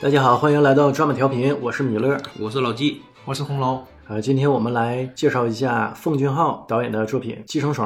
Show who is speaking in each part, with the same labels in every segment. Speaker 1: 大家好，欢迎来到抓马调频，我是米勒。
Speaker 2: 我是老纪，
Speaker 3: 我是红楼，
Speaker 1: 呃，今天我们来介绍一下奉俊昊导演的作品《寄生虫》。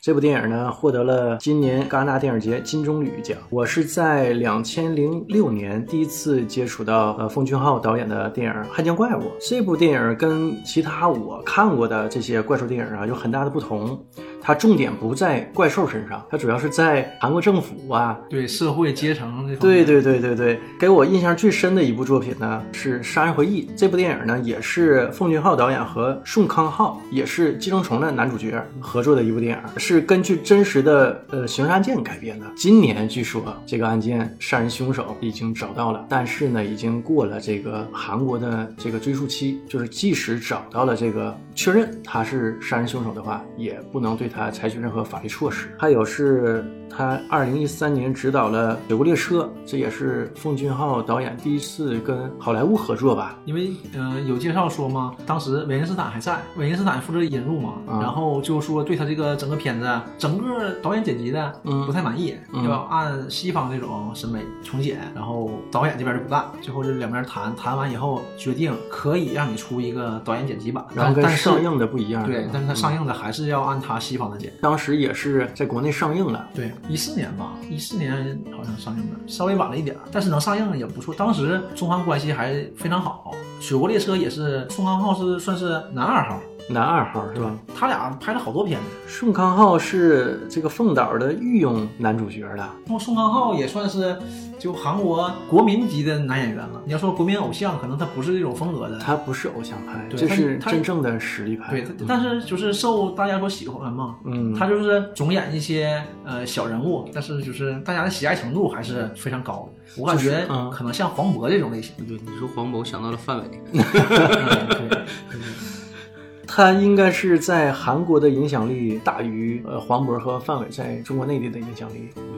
Speaker 1: 这部电影呢，获得了今年戛纳电影节金棕榈奖。我是在两千零六年第一次接触到呃奉俊昊导演的电影《汉江怪物》。这部电影跟其他我看过的这些怪兽电影啊有很大的不同，它重点不在怪兽身上，它主要是在韩国政府啊，
Speaker 3: 对社会阶层这方面
Speaker 1: 对对对对对，给我印象最深的一部作品呢是《杀人回忆》。这部电影呢，也是奉俊昊导演和宋康昊，也是《寄生虫》的男主角合作的一部电影，是根据真实的呃刑事案件改编的。今年据说这个案件杀人凶手已经找到了，但是呢，已经过了这个韩国的这个追诉期，就是即使找到了这个确认他是杀人凶手的话，也不能对他采取任何法律措施。还有是他二零一三年执导了《水国列车》，这也是奉俊昊导演第一次跟好莱坞合作吧？
Speaker 3: 因为嗯、呃有介绍说嘛，当时韦恩斯坦还在，韦恩斯坦负责引入嘛，
Speaker 1: 啊
Speaker 3: 然后就说对他这个整个片子、啊整个导演剪辑的
Speaker 1: 嗯
Speaker 3: 不太满意，
Speaker 1: 嗯
Speaker 3: 要按西方这种审美重剪，然后导演这边就不干，最后就两边谈，谈完以后决定可以让你出一个导演剪辑版，
Speaker 1: 然后跟
Speaker 3: 但但是
Speaker 1: 上映的不一样。
Speaker 3: 对，但是它
Speaker 1: 嗯
Speaker 3: 上映的还是要按他西方的剪。
Speaker 1: 当时也是在国内上映了。
Speaker 3: 对，一四年吧，一四年好像上映的，稍微晚了一点儿，但是能上映也不错。当时中韩关系还非常好，《雪国列车》也是宋康昊是算是男二号，
Speaker 1: 男二号是吧？？
Speaker 3: 他俩拍了好多片子，
Speaker 1: 宋康昊是这个凤岛的御用男主角了。
Speaker 3: 然后宋康昊也算是就韩国国民级的男演员了。你要说国民偶像，可能他不是这种风格的，
Speaker 1: 他不是偶像派，
Speaker 3: 对
Speaker 1: 这
Speaker 3: 他
Speaker 1: 是
Speaker 3: 他
Speaker 1: 真正的实力派。
Speaker 3: 对，他但是就是受大家所喜欢嘛。
Speaker 1: 嗯，
Speaker 3: 他就是总演一些呃小人物，但是就是大家的喜爱程度还是非常高的。我感觉
Speaker 1: 嗯
Speaker 3: 可能像黄渤这种类型，
Speaker 2: 对，你说黄渤，我想到了范伟，
Speaker 3: 对对
Speaker 1: 他应该是在韩国的影响力大于呃黄渤和范伟在中国内地的影响力。
Speaker 3: 对
Speaker 1: 嗯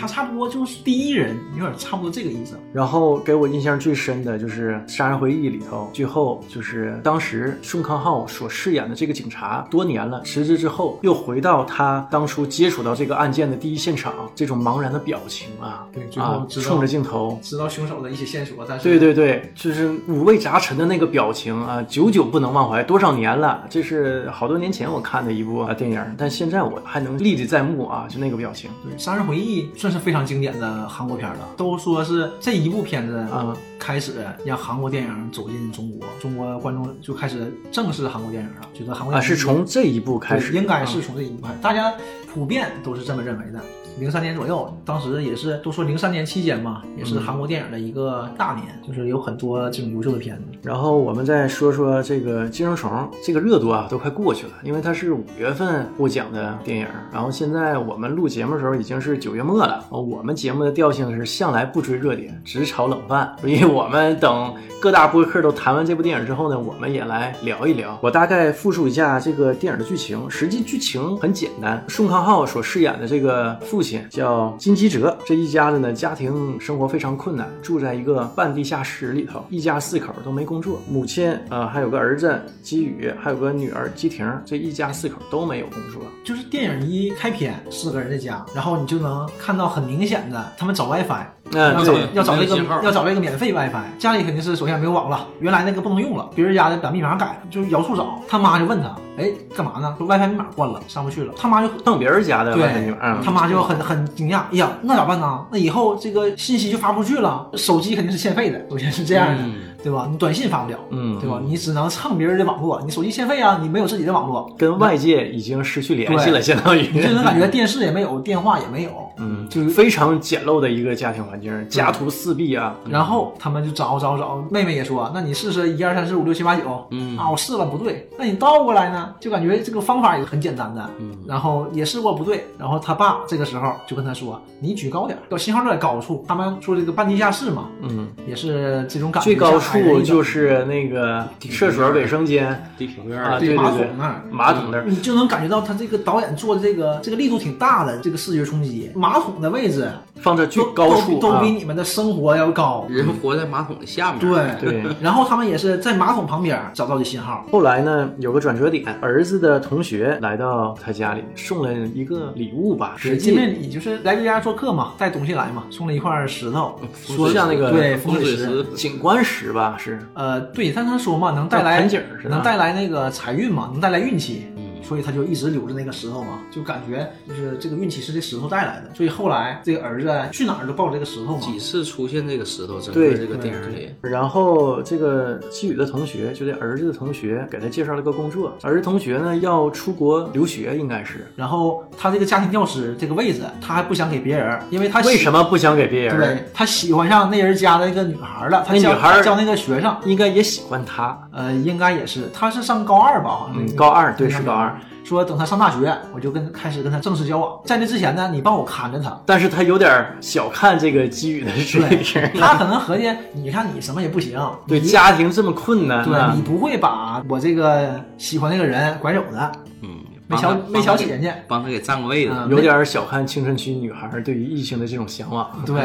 Speaker 3: 他差不多就是第一人，有点差不多这个意思。
Speaker 1: 然后给我印象最深的就是《杀人回忆》里头，最后就是当时宋康昊所饰演的这个警察，多年了辞职之后，又回到他当初接触到这个案件的第一现场，这种茫然的表情啊，
Speaker 3: 对最后
Speaker 1: 啊，
Speaker 3: 知道
Speaker 1: 冲着镜头。
Speaker 3: 知道凶手的一些线索，但是
Speaker 1: 对对对，就是五味杂陈的那个表情啊，久久不能忘怀。多少年了，这是好多年前我看的一部啊电影，但现在我还能历历在目啊，就那个表情。
Speaker 3: 对《杀人回忆》算是非常经典的韩国片了。都说是这一部片子
Speaker 1: 嗯
Speaker 3: 开始让韩国电影走进中国，中国观众就开始正视韩国电影了，觉得韩国
Speaker 1: 啊，
Speaker 3: 电影
Speaker 1: 是从这一部开
Speaker 3: 对
Speaker 1: 始，啊
Speaker 3: 应该是从这一部开始，大家普遍都是这么认为的。零三年左右，当时也是都说零三年期间嘛，也
Speaker 1: 嗯
Speaker 3: 是韩国电影的一个大年，就是有很多这种优秀的片子。
Speaker 1: 然后我们再说说这个《寄生虫》，这个热度啊都快过去了，因为它是五月份获奖的电影。然后现在我们录节目的时候已经是九月末了，呃我们节目的调性是向来不追热点，只炒冷饭，所以我们等各大播客都谈完这部电影之后呢，我们也来聊一聊。我大概复述一下这个电影的剧情，实际剧情很简单，宋康昊所饰演的这个父亲叫金基哲，这一家子呢家庭生活非常困难，住在一个半地下室里头，一家四口都没工作，母亲呃还有个儿子基宇，还有个女儿基婷，这一家四口都没有工作。
Speaker 3: 就是电影一开篇四个人在家，然后你就能看到很明显的他们找 WiFi，
Speaker 1: 那、
Speaker 3: 要
Speaker 1: 这
Speaker 3: 找
Speaker 1: 个
Speaker 3: 要找那
Speaker 2: 嗯没有信
Speaker 3: 个
Speaker 2: 号
Speaker 3: 要找那个免费 WiFi，家里肯定是首先没有网了，原来那个不能用了，别人家的把密码改了，就是摇数找，他妈就问他，哎，干嘛呢？说 WiFi 密码换了，上不去了，他妈就很。
Speaker 1: 弄别人家的外甥女
Speaker 3: 对
Speaker 1: 儿，嗯，
Speaker 3: 他妈就很很惊讶，哎呀，那咋办呢？那以后这个信息就发不出去了，手机肯定是欠费的，首先是这样的，
Speaker 2: 嗯
Speaker 3: 对吧？你短信发不了，
Speaker 1: 嗯
Speaker 3: 对吧？你只能蹭别人的网络，你手机欠费啊，你没有自己的网络，
Speaker 1: 跟外界已经失去联系了，相当于
Speaker 3: 你就能感觉电视也没有，电话也没有，
Speaker 1: 嗯，
Speaker 3: 就是
Speaker 1: 非常简陋的一个家庭环境，家徒四壁啊。
Speaker 3: 然后他们就找找找，妹妹也说，那你试试一二三四五六七八九，
Speaker 2: 嗯
Speaker 3: 啊，我试了不对，那你倒过来呢？就感觉这个方法也很简单的，
Speaker 2: 嗯
Speaker 3: 然后也试过不对，然后他爸这个时候就跟他说，你举高点儿，到信号在高处，他们说这个半地下室嘛，
Speaker 1: 嗯，
Speaker 3: 也是这种感觉，
Speaker 1: 最高处
Speaker 3: 像矮人一样嗯
Speaker 1: 就是那个厕所、卫生间、
Speaker 2: 地平院
Speaker 1: 啊，
Speaker 2: 儿，
Speaker 1: 对对
Speaker 3: 对马
Speaker 1: 对
Speaker 3: 桶那儿，
Speaker 1: 马桶那儿。
Speaker 3: 你就能感觉到他这个导演做的这个这个力度挺大的，这个视觉冲击。马桶的位置
Speaker 1: 放在最
Speaker 3: 都
Speaker 1: 高处
Speaker 3: 都都
Speaker 1: 啊
Speaker 3: 比，你们的生活要高。
Speaker 2: 人活在马桶的下面。，
Speaker 3: 对
Speaker 1: 对。
Speaker 3: 然后他们也是在马桶旁边找到的信号，
Speaker 1: 后来呢，有个转折点，儿子的同学来到他家里，送了一个礼物吧，
Speaker 3: 对，因为你就是来这家做客嘛，带东西来嘛，送了一块石头，
Speaker 1: 说像那个
Speaker 3: 对
Speaker 2: 风水石，
Speaker 1: 景观石吧，是
Speaker 3: 呃，对，但他说嘛，能带
Speaker 1: 叫
Speaker 3: 来
Speaker 1: 盆景儿是吧
Speaker 3: 能带来那个财运嘛，能带来运气，
Speaker 2: 嗯
Speaker 3: 所以他就一直留着那个石头嘛，就感觉就是这个运气是这石头带来的，所以后来这个儿子去哪儿都抱着这个石头嘛，
Speaker 2: 几次出现这个石头，整
Speaker 1: 对
Speaker 2: 个这个电影里，
Speaker 1: 然后这个季宇的同学，就这儿子的同学，给他介绍了个工作。儿子同学呢要出国留学，应该是
Speaker 3: 然后他这个家庭教师这个位置，他还不想给别人，因为他喜
Speaker 1: 为什？么不想给别人？
Speaker 3: 对他喜欢上那人家的一个女孩了，他
Speaker 1: 那
Speaker 3: 教
Speaker 1: 女孩儿
Speaker 3: 教那个学生，
Speaker 1: 应该也喜欢他。
Speaker 3: 呃，应该也是，他是上高二吧，好像、
Speaker 1: 嗯高二对
Speaker 3: 应该
Speaker 1: 是高二。
Speaker 3: 说等他上大学，我就跟开始跟他正式交往。在那之前呢，你帮我看着 他，
Speaker 1: 但是他有点小看这个季宇的水平，
Speaker 3: 他可能合计，你看你什么也不行，
Speaker 1: 对
Speaker 3: 你
Speaker 1: 家庭这么困难呢、
Speaker 3: 对你不会把我这个喜欢这个人拐走的，
Speaker 2: 嗯，
Speaker 3: 没瞧
Speaker 2: 帮他
Speaker 3: 没瞧起人家，
Speaker 2: 帮他给占个位子。
Speaker 3: 嗯
Speaker 1: 有点小看青春期女孩对于异性的这种向往。
Speaker 3: 对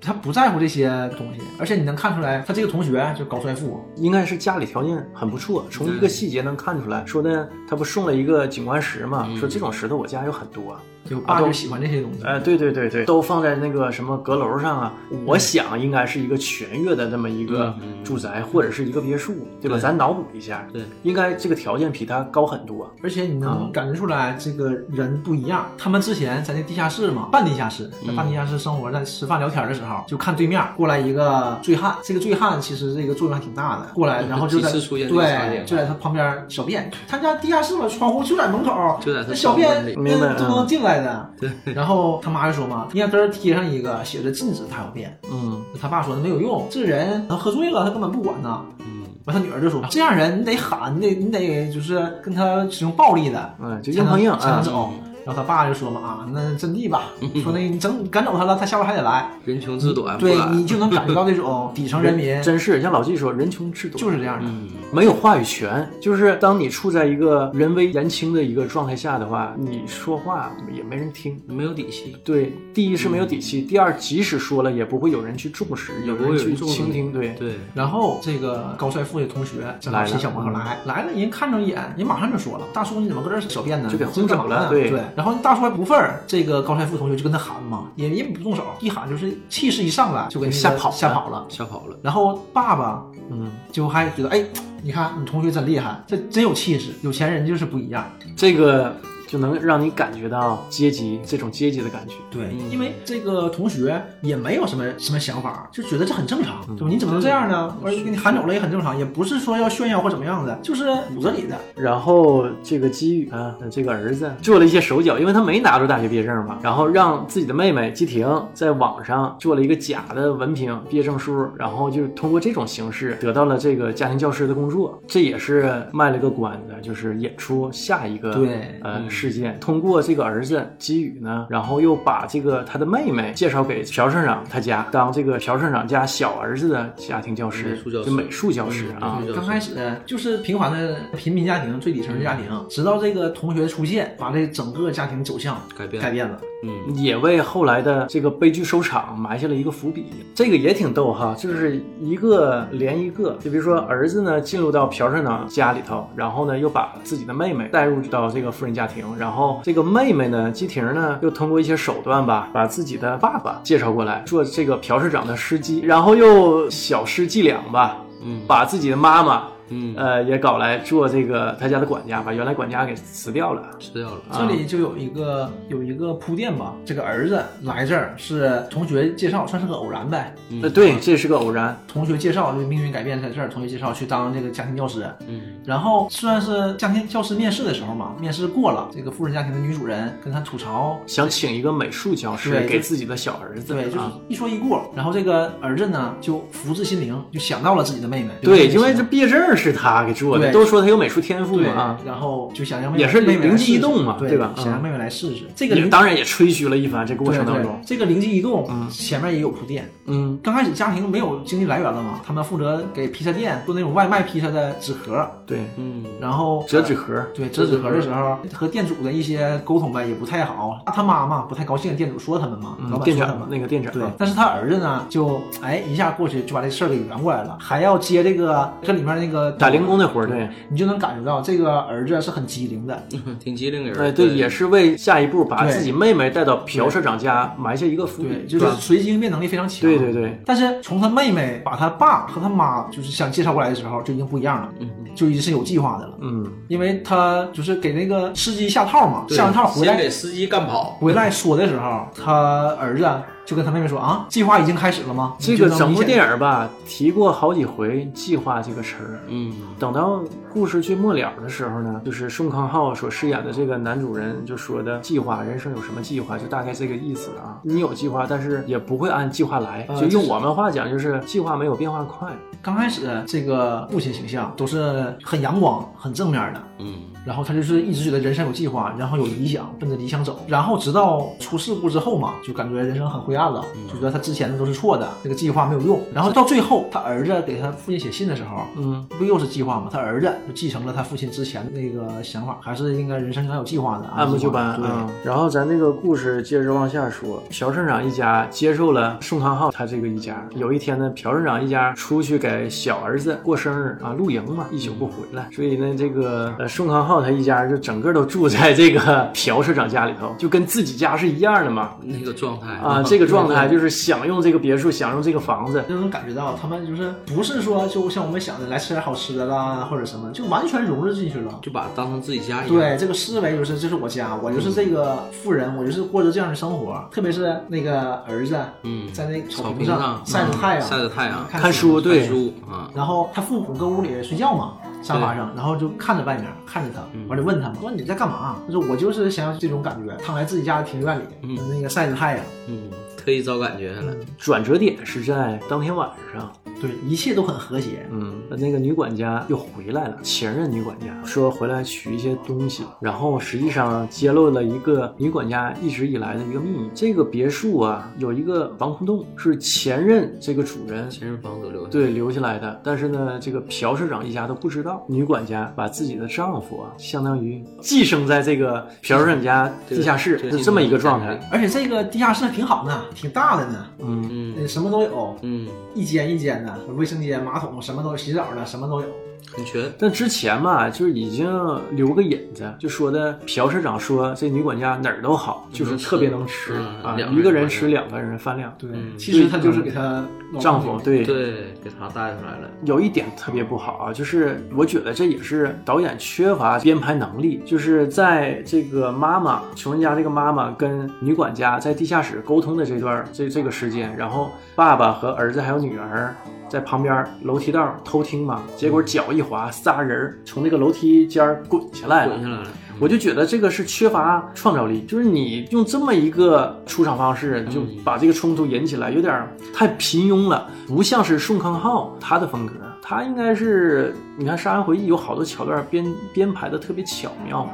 Speaker 3: 他不在乎这些东西，而且你能看出来，他这个同学就高帅富，
Speaker 1: 应该是家里条件很不错，从一个细节能看出来。说的他不送了一个景观石嘛，
Speaker 2: 嗯
Speaker 1: 说这种石头我家有很多。
Speaker 3: 就
Speaker 1: 啊
Speaker 3: 爸就喜欢这些东西。
Speaker 1: 呃，对对对对，都放在那个什么阁楼上啊。我想应该是一个全月的这么一个
Speaker 2: 嗯嗯嗯
Speaker 1: 住宅或者是一个别墅，对吧？
Speaker 2: 对
Speaker 1: 咱脑补一下，
Speaker 2: 对，
Speaker 1: 应该这个条件比他高很多。
Speaker 3: 而且你
Speaker 1: 啊
Speaker 3: 能感觉出来，这个人不一样。他们之前在那地下室嘛，半地下室，在
Speaker 2: 嗯
Speaker 3: 半地下室生活，在吃饭聊天的时候，就看对面过来一个醉汉。这个醉汉其实这个作用还挺大的，过来然后就在
Speaker 2: 嗯几次出现这个场景
Speaker 3: 对
Speaker 2: 啊
Speaker 3: 就在他旁边小便，他家地下室嘛，窗户就在门口，
Speaker 2: 就在他
Speaker 3: 那小
Speaker 2: 窗户
Speaker 3: 便
Speaker 2: 那里
Speaker 1: 明白
Speaker 3: 那都
Speaker 1: 嗯
Speaker 3: 能进来的。
Speaker 2: 对，
Speaker 3: 然后他妈就说嘛，你压根儿贴上一个写着禁止大小便。
Speaker 1: 嗯，
Speaker 3: 他爸说没有用，这人他喝醉了，他根本不管呐。
Speaker 2: 嗯，
Speaker 3: 完，他女儿就说：“这样人你得喊，你得你得就是跟他使用暴力的，
Speaker 1: 嗯就硬碰硬
Speaker 3: 才能才能
Speaker 1: 嗯
Speaker 3: 走。然后他爸就说嘛：“啊，那阵地吧，说那你整赶走他了，他下边还得来。
Speaker 2: 人穷志短，
Speaker 3: 对
Speaker 2: 不懒
Speaker 3: 你就能感觉到这种底层人民
Speaker 1: 嗯 真是像老纪说，人穷志短，
Speaker 3: 就是这样的。
Speaker 2: 嗯，
Speaker 1: 没有话语权。就是当你处在一个人微言轻的一个状态下的话，你说话也没人听。
Speaker 2: 没有底气，
Speaker 1: 对，第一是没有底气，第二即使说了也不会有人去重视，
Speaker 2: 嗯也不会
Speaker 1: 人
Speaker 2: 有人
Speaker 1: 去
Speaker 2: 重视
Speaker 1: 倾听。对，
Speaker 2: 对，
Speaker 3: 然后这个高帅富的同学正好
Speaker 1: 来了嗯
Speaker 3: 骑小摩托来来了，人看着一眼，人马上就说了：“大叔，你怎么搁这儿小便呢？
Speaker 1: 就给
Speaker 3: 这
Speaker 1: 轰走
Speaker 3: 干嘛
Speaker 1: 了
Speaker 3: 呢
Speaker 1: 对
Speaker 3: 对。然后大叔还不忿儿，这个高帅富同学就跟他喊嘛，也也不动手，一喊就是气势一上来就给那个
Speaker 1: 吓跑了
Speaker 3: 吓跑了。
Speaker 2: 吓跑了，
Speaker 3: 然后爸爸
Speaker 1: 嗯，
Speaker 3: 就还觉得哎，你看你同学真厉害，这真有气势，有钱人就是不一样。
Speaker 1: 这个就能让你感觉到阶级这种阶级的感觉。
Speaker 3: 对
Speaker 2: 嗯
Speaker 3: 因为这个同学也没有什么什么想法，就觉得这很正常，
Speaker 1: 嗯
Speaker 3: 对吧？你怎么能这样呢？而且给你喊走了也很正常，也不是说要炫耀或怎么样的，就是骨子里的。
Speaker 1: 然后这个基宇啊，这个儿子做了一些手脚，因为他没拿出大学毕业证嘛，然后让自己的妹妹季婷在网上做了一个假的文凭毕业证书，然后就通过这种形式得到了这个家庭教师的工作，这也是卖了个关子，就是引出下一个
Speaker 3: 对
Speaker 1: 呃
Speaker 2: 嗯
Speaker 1: 事件。通过这个儿子基宇呢，然后又把这个他的妹妹介绍给朴社长他家，当这个朴社长家小儿子的家庭教师，
Speaker 2: 美术教师
Speaker 1: 就美术教师
Speaker 2: 嗯
Speaker 1: 啊
Speaker 2: 美，术教师
Speaker 3: 刚开始就是平凡的平民家庭、最底层的家庭，直到这个同学出现，把这整个家庭走向
Speaker 2: 改变
Speaker 3: 改变了。
Speaker 2: 嗯，
Speaker 1: 也为后来的这个悲剧收场埋下了一个伏笔。这个也挺逗哈，就是一个连一个。就比如说儿子呢进入到朴社长家里头，然后呢又把自己的妹妹带入到这个富人家庭，然后这个妹妹呢季婷呢又通过一些手段吧，把自己的爸爸介绍过来做这个朴社长的司机，然后又小施伎俩吧，
Speaker 2: 嗯
Speaker 1: 把自己的妈妈。
Speaker 2: 嗯，
Speaker 1: 呃，也搞来做这个他家的管家，把原来管家给辞掉了。
Speaker 2: 吃掉了，
Speaker 1: 啊
Speaker 3: 这里就有一个有一个铺垫吧，这个儿子来这儿是同学介绍，算是个偶然呗。
Speaker 2: 嗯
Speaker 1: 呃，，对，这是个偶然。
Speaker 3: 同学介绍，就是命运改变在这儿。同学介绍去当这个家庭教师，
Speaker 2: 嗯
Speaker 3: 然后算是家庭教师面试的时候嘛，面试过了，这个富人家庭的女主人跟他吐槽，
Speaker 1: 想请一个美术教师
Speaker 3: 对
Speaker 1: 给自己的小儿子，
Speaker 3: 对，就是
Speaker 1: 啊、
Speaker 3: 一说一过。然后这个儿子呢就福至心灵，就想到了自己的妹妹。
Speaker 1: 对，因为这毕业证是他给做的，
Speaker 3: 对
Speaker 1: 都说他有美术天赋
Speaker 3: 对
Speaker 1: 嘛啊，，
Speaker 3: 然后就想让妹妹
Speaker 1: 也是
Speaker 3: 妹
Speaker 1: 灵
Speaker 3: 妹来
Speaker 1: 灵机一
Speaker 3: 试试
Speaker 1: 动嘛，
Speaker 3: 对
Speaker 1: 吧？
Speaker 3: 想让
Speaker 1: 嗯
Speaker 3: 妹妹来试试这个
Speaker 1: 也
Speaker 3: 灵
Speaker 1: 当然也吹嘘了一番，这过程当
Speaker 3: 对对
Speaker 1: 中，
Speaker 3: 这个灵机一动
Speaker 1: 嗯
Speaker 3: 前面也有铺垫。
Speaker 1: 嗯
Speaker 3: 刚开始家庭没有经济来源了嘛，他们负责给披萨店做那种外卖披萨的纸盒，
Speaker 1: 对，
Speaker 2: 嗯，
Speaker 3: 然后
Speaker 1: 折纸盒，
Speaker 3: 对折纸盒的时候，和店主的一些沟通吧也不太好，他妈妈不太高兴，店主说他们嘛，老
Speaker 1: 嗯，
Speaker 3: 板
Speaker 1: 店
Speaker 3: 说他们
Speaker 1: 长。那个店啊长，
Speaker 3: 对，但是他儿子呢，就哎一下过去就把这事儿给圆过来了，还要接这个这里面那个
Speaker 1: 打零工那活儿，对，
Speaker 3: 你就能感觉到这个儿子是很机灵的，
Speaker 2: 嗯挺机灵的人。
Speaker 1: 哎，对，也是为下一步把
Speaker 3: 对
Speaker 1: 自己妹妹带到朴社长家埋下一个伏笔，
Speaker 3: 对，就是
Speaker 1: 吧
Speaker 3: 随机应变能力非常强。
Speaker 1: 对对对，
Speaker 3: 但是从他妹妹把他爸和他妈就是想介绍过来的时候，就已经不一样了，
Speaker 2: 嗯，
Speaker 3: 就已经是有计划的了，
Speaker 1: 嗯，
Speaker 3: 因为他就是给那个司机下套嘛，
Speaker 2: 对
Speaker 3: 下完套回
Speaker 2: 先
Speaker 3: 来
Speaker 2: 给司机干跑，
Speaker 3: 回来说的时候，他儿子就跟他妹妹说啊，计划已经开始了吗？
Speaker 1: 这
Speaker 3: 就
Speaker 1: 个
Speaker 3: 能
Speaker 1: 整部
Speaker 3: 明显
Speaker 1: 电影吧提过好几回计划这个词儿，
Speaker 2: 嗯，
Speaker 1: 等到故事剧末了的时候呢，就是宋康昊所饰演的这个男主人就说的计划，人生有什么计划，就大概这个意思啊。你有计划，但是也不会按计划来，
Speaker 3: 呃
Speaker 1: 就
Speaker 3: 就
Speaker 1: 用
Speaker 3: 是
Speaker 1: 我们话讲，就是计划没有变化快。
Speaker 3: 刚开始这个父亲形象都是很阳光、很正面的，
Speaker 2: 嗯，
Speaker 3: 然后他就是一直觉得人生有计划，然后有理想，奔着理想走。然后直到出事故之后嘛，就感觉人生很灰暗了，
Speaker 1: 嗯
Speaker 3: 就觉得他之前的都是错的，这个计划没有用。然后到最后，他儿子给他父亲写信的时候，
Speaker 1: 嗯，
Speaker 3: 不又是计划嘛？他儿子就继承了他父亲之前的那个想法，还是应该人生应该有计划的，
Speaker 1: 按部
Speaker 3: 计
Speaker 1: 就
Speaker 3: 划
Speaker 1: 班
Speaker 3: 对，
Speaker 1: 啊、然后咱这个故事接着往下说，朴社长一家接受了宋康昊他这个一家。有一天呢，朴社长一家出去给小儿子过生日啊，露营嘛，一宿不回来，所以呢，这个呃宋康昊他一家就整个都住在这个朴社长家里头，就跟自己家是一样的嘛。
Speaker 2: 那个状态
Speaker 1: 啊，这个状态就是享用这个别墅，享用这个房子。
Speaker 3: 就能感觉到他们就是不是说就像我们想的来吃点好吃的啦或者什么，就完全融入进去了。
Speaker 2: 就把它当成自己家一样。
Speaker 3: 对，这个思维就是这是我家，我就是这个富人，我就是过着这样的生活。特别是那个儿子
Speaker 2: 嗯，
Speaker 3: 在那草
Speaker 2: 草
Speaker 3: 坪
Speaker 2: 坪
Speaker 3: 上
Speaker 2: 上嗯
Speaker 3: 晒着太阳，嗯
Speaker 2: 晒着太阳，
Speaker 3: 看
Speaker 1: 看书对
Speaker 2: 看书啊，
Speaker 3: 然后他父母搁屋里睡觉嘛，沙发上，然后就看着外面，看着他，
Speaker 2: 嗯
Speaker 3: 完了问他嘛，说你在干嘛？啊他说我就是想要这种感觉，躺在自己家的庭院里，
Speaker 2: 嗯
Speaker 3: 那个晒着太阳，
Speaker 2: 嗯，特意找感觉来了。
Speaker 1: 转折点是在当天晚上，
Speaker 3: 对，一切都很和谐。
Speaker 1: 嗯，那个女管家又回来了，前任女管家
Speaker 2: 嗯
Speaker 1: 说回来取一些东西，然后实际上揭露了一个女管家一直以来的一个秘密。这个别墅啊，有一个防空洞，是前任这个主人
Speaker 2: 前任房主留下，
Speaker 1: 对留下来的，但是呢，这个朴社长一家都不知道，女管家把自己的丈夫啊，相当于寄生在这个朴社长家地下室，
Speaker 2: 对
Speaker 1: 是这么一个状态。。
Speaker 3: 而且这个地下室挺好呢，挺大的呢，
Speaker 1: 嗯，
Speaker 3: 呃
Speaker 2: 嗯
Speaker 3: 什么都有，
Speaker 2: 嗯，
Speaker 3: 一间一间的，卫生间、马桶什么都有，洗澡的什么都有。
Speaker 2: 很全。
Speaker 1: 但之前嘛，就是已经留个引子，就说的朴社长说这女管家哪儿都好，就说特别能吃
Speaker 2: 嗯
Speaker 1: 啊，
Speaker 2: 两个人
Speaker 1: 一个人吃两个人饭量。
Speaker 3: 对，
Speaker 2: 嗯
Speaker 3: 其实她就是给她老
Speaker 1: 丈夫对。
Speaker 2: 对，给他带出来了。
Speaker 1: 有一点特别不好啊，就是我觉得这也是导演缺乏编排能力，就是在这个妈妈穷人家这个妈妈跟女管家在地下室沟通的这段这这个时间，然后爸爸和儿子还有女儿在旁边楼梯道偷听嘛，结果脚一滑，仨人儿从那个楼梯间儿滚下来了
Speaker 2: 滚下。来了，
Speaker 1: 我就觉得这个是缺乏创造力，就是你用这么一个出场方式就把这个冲突引起来，有点儿太平庸了，不像是宋康昊他的风格。他应该是，你看《杀人回忆》有好多桥段编编排的特别巧妙嘛，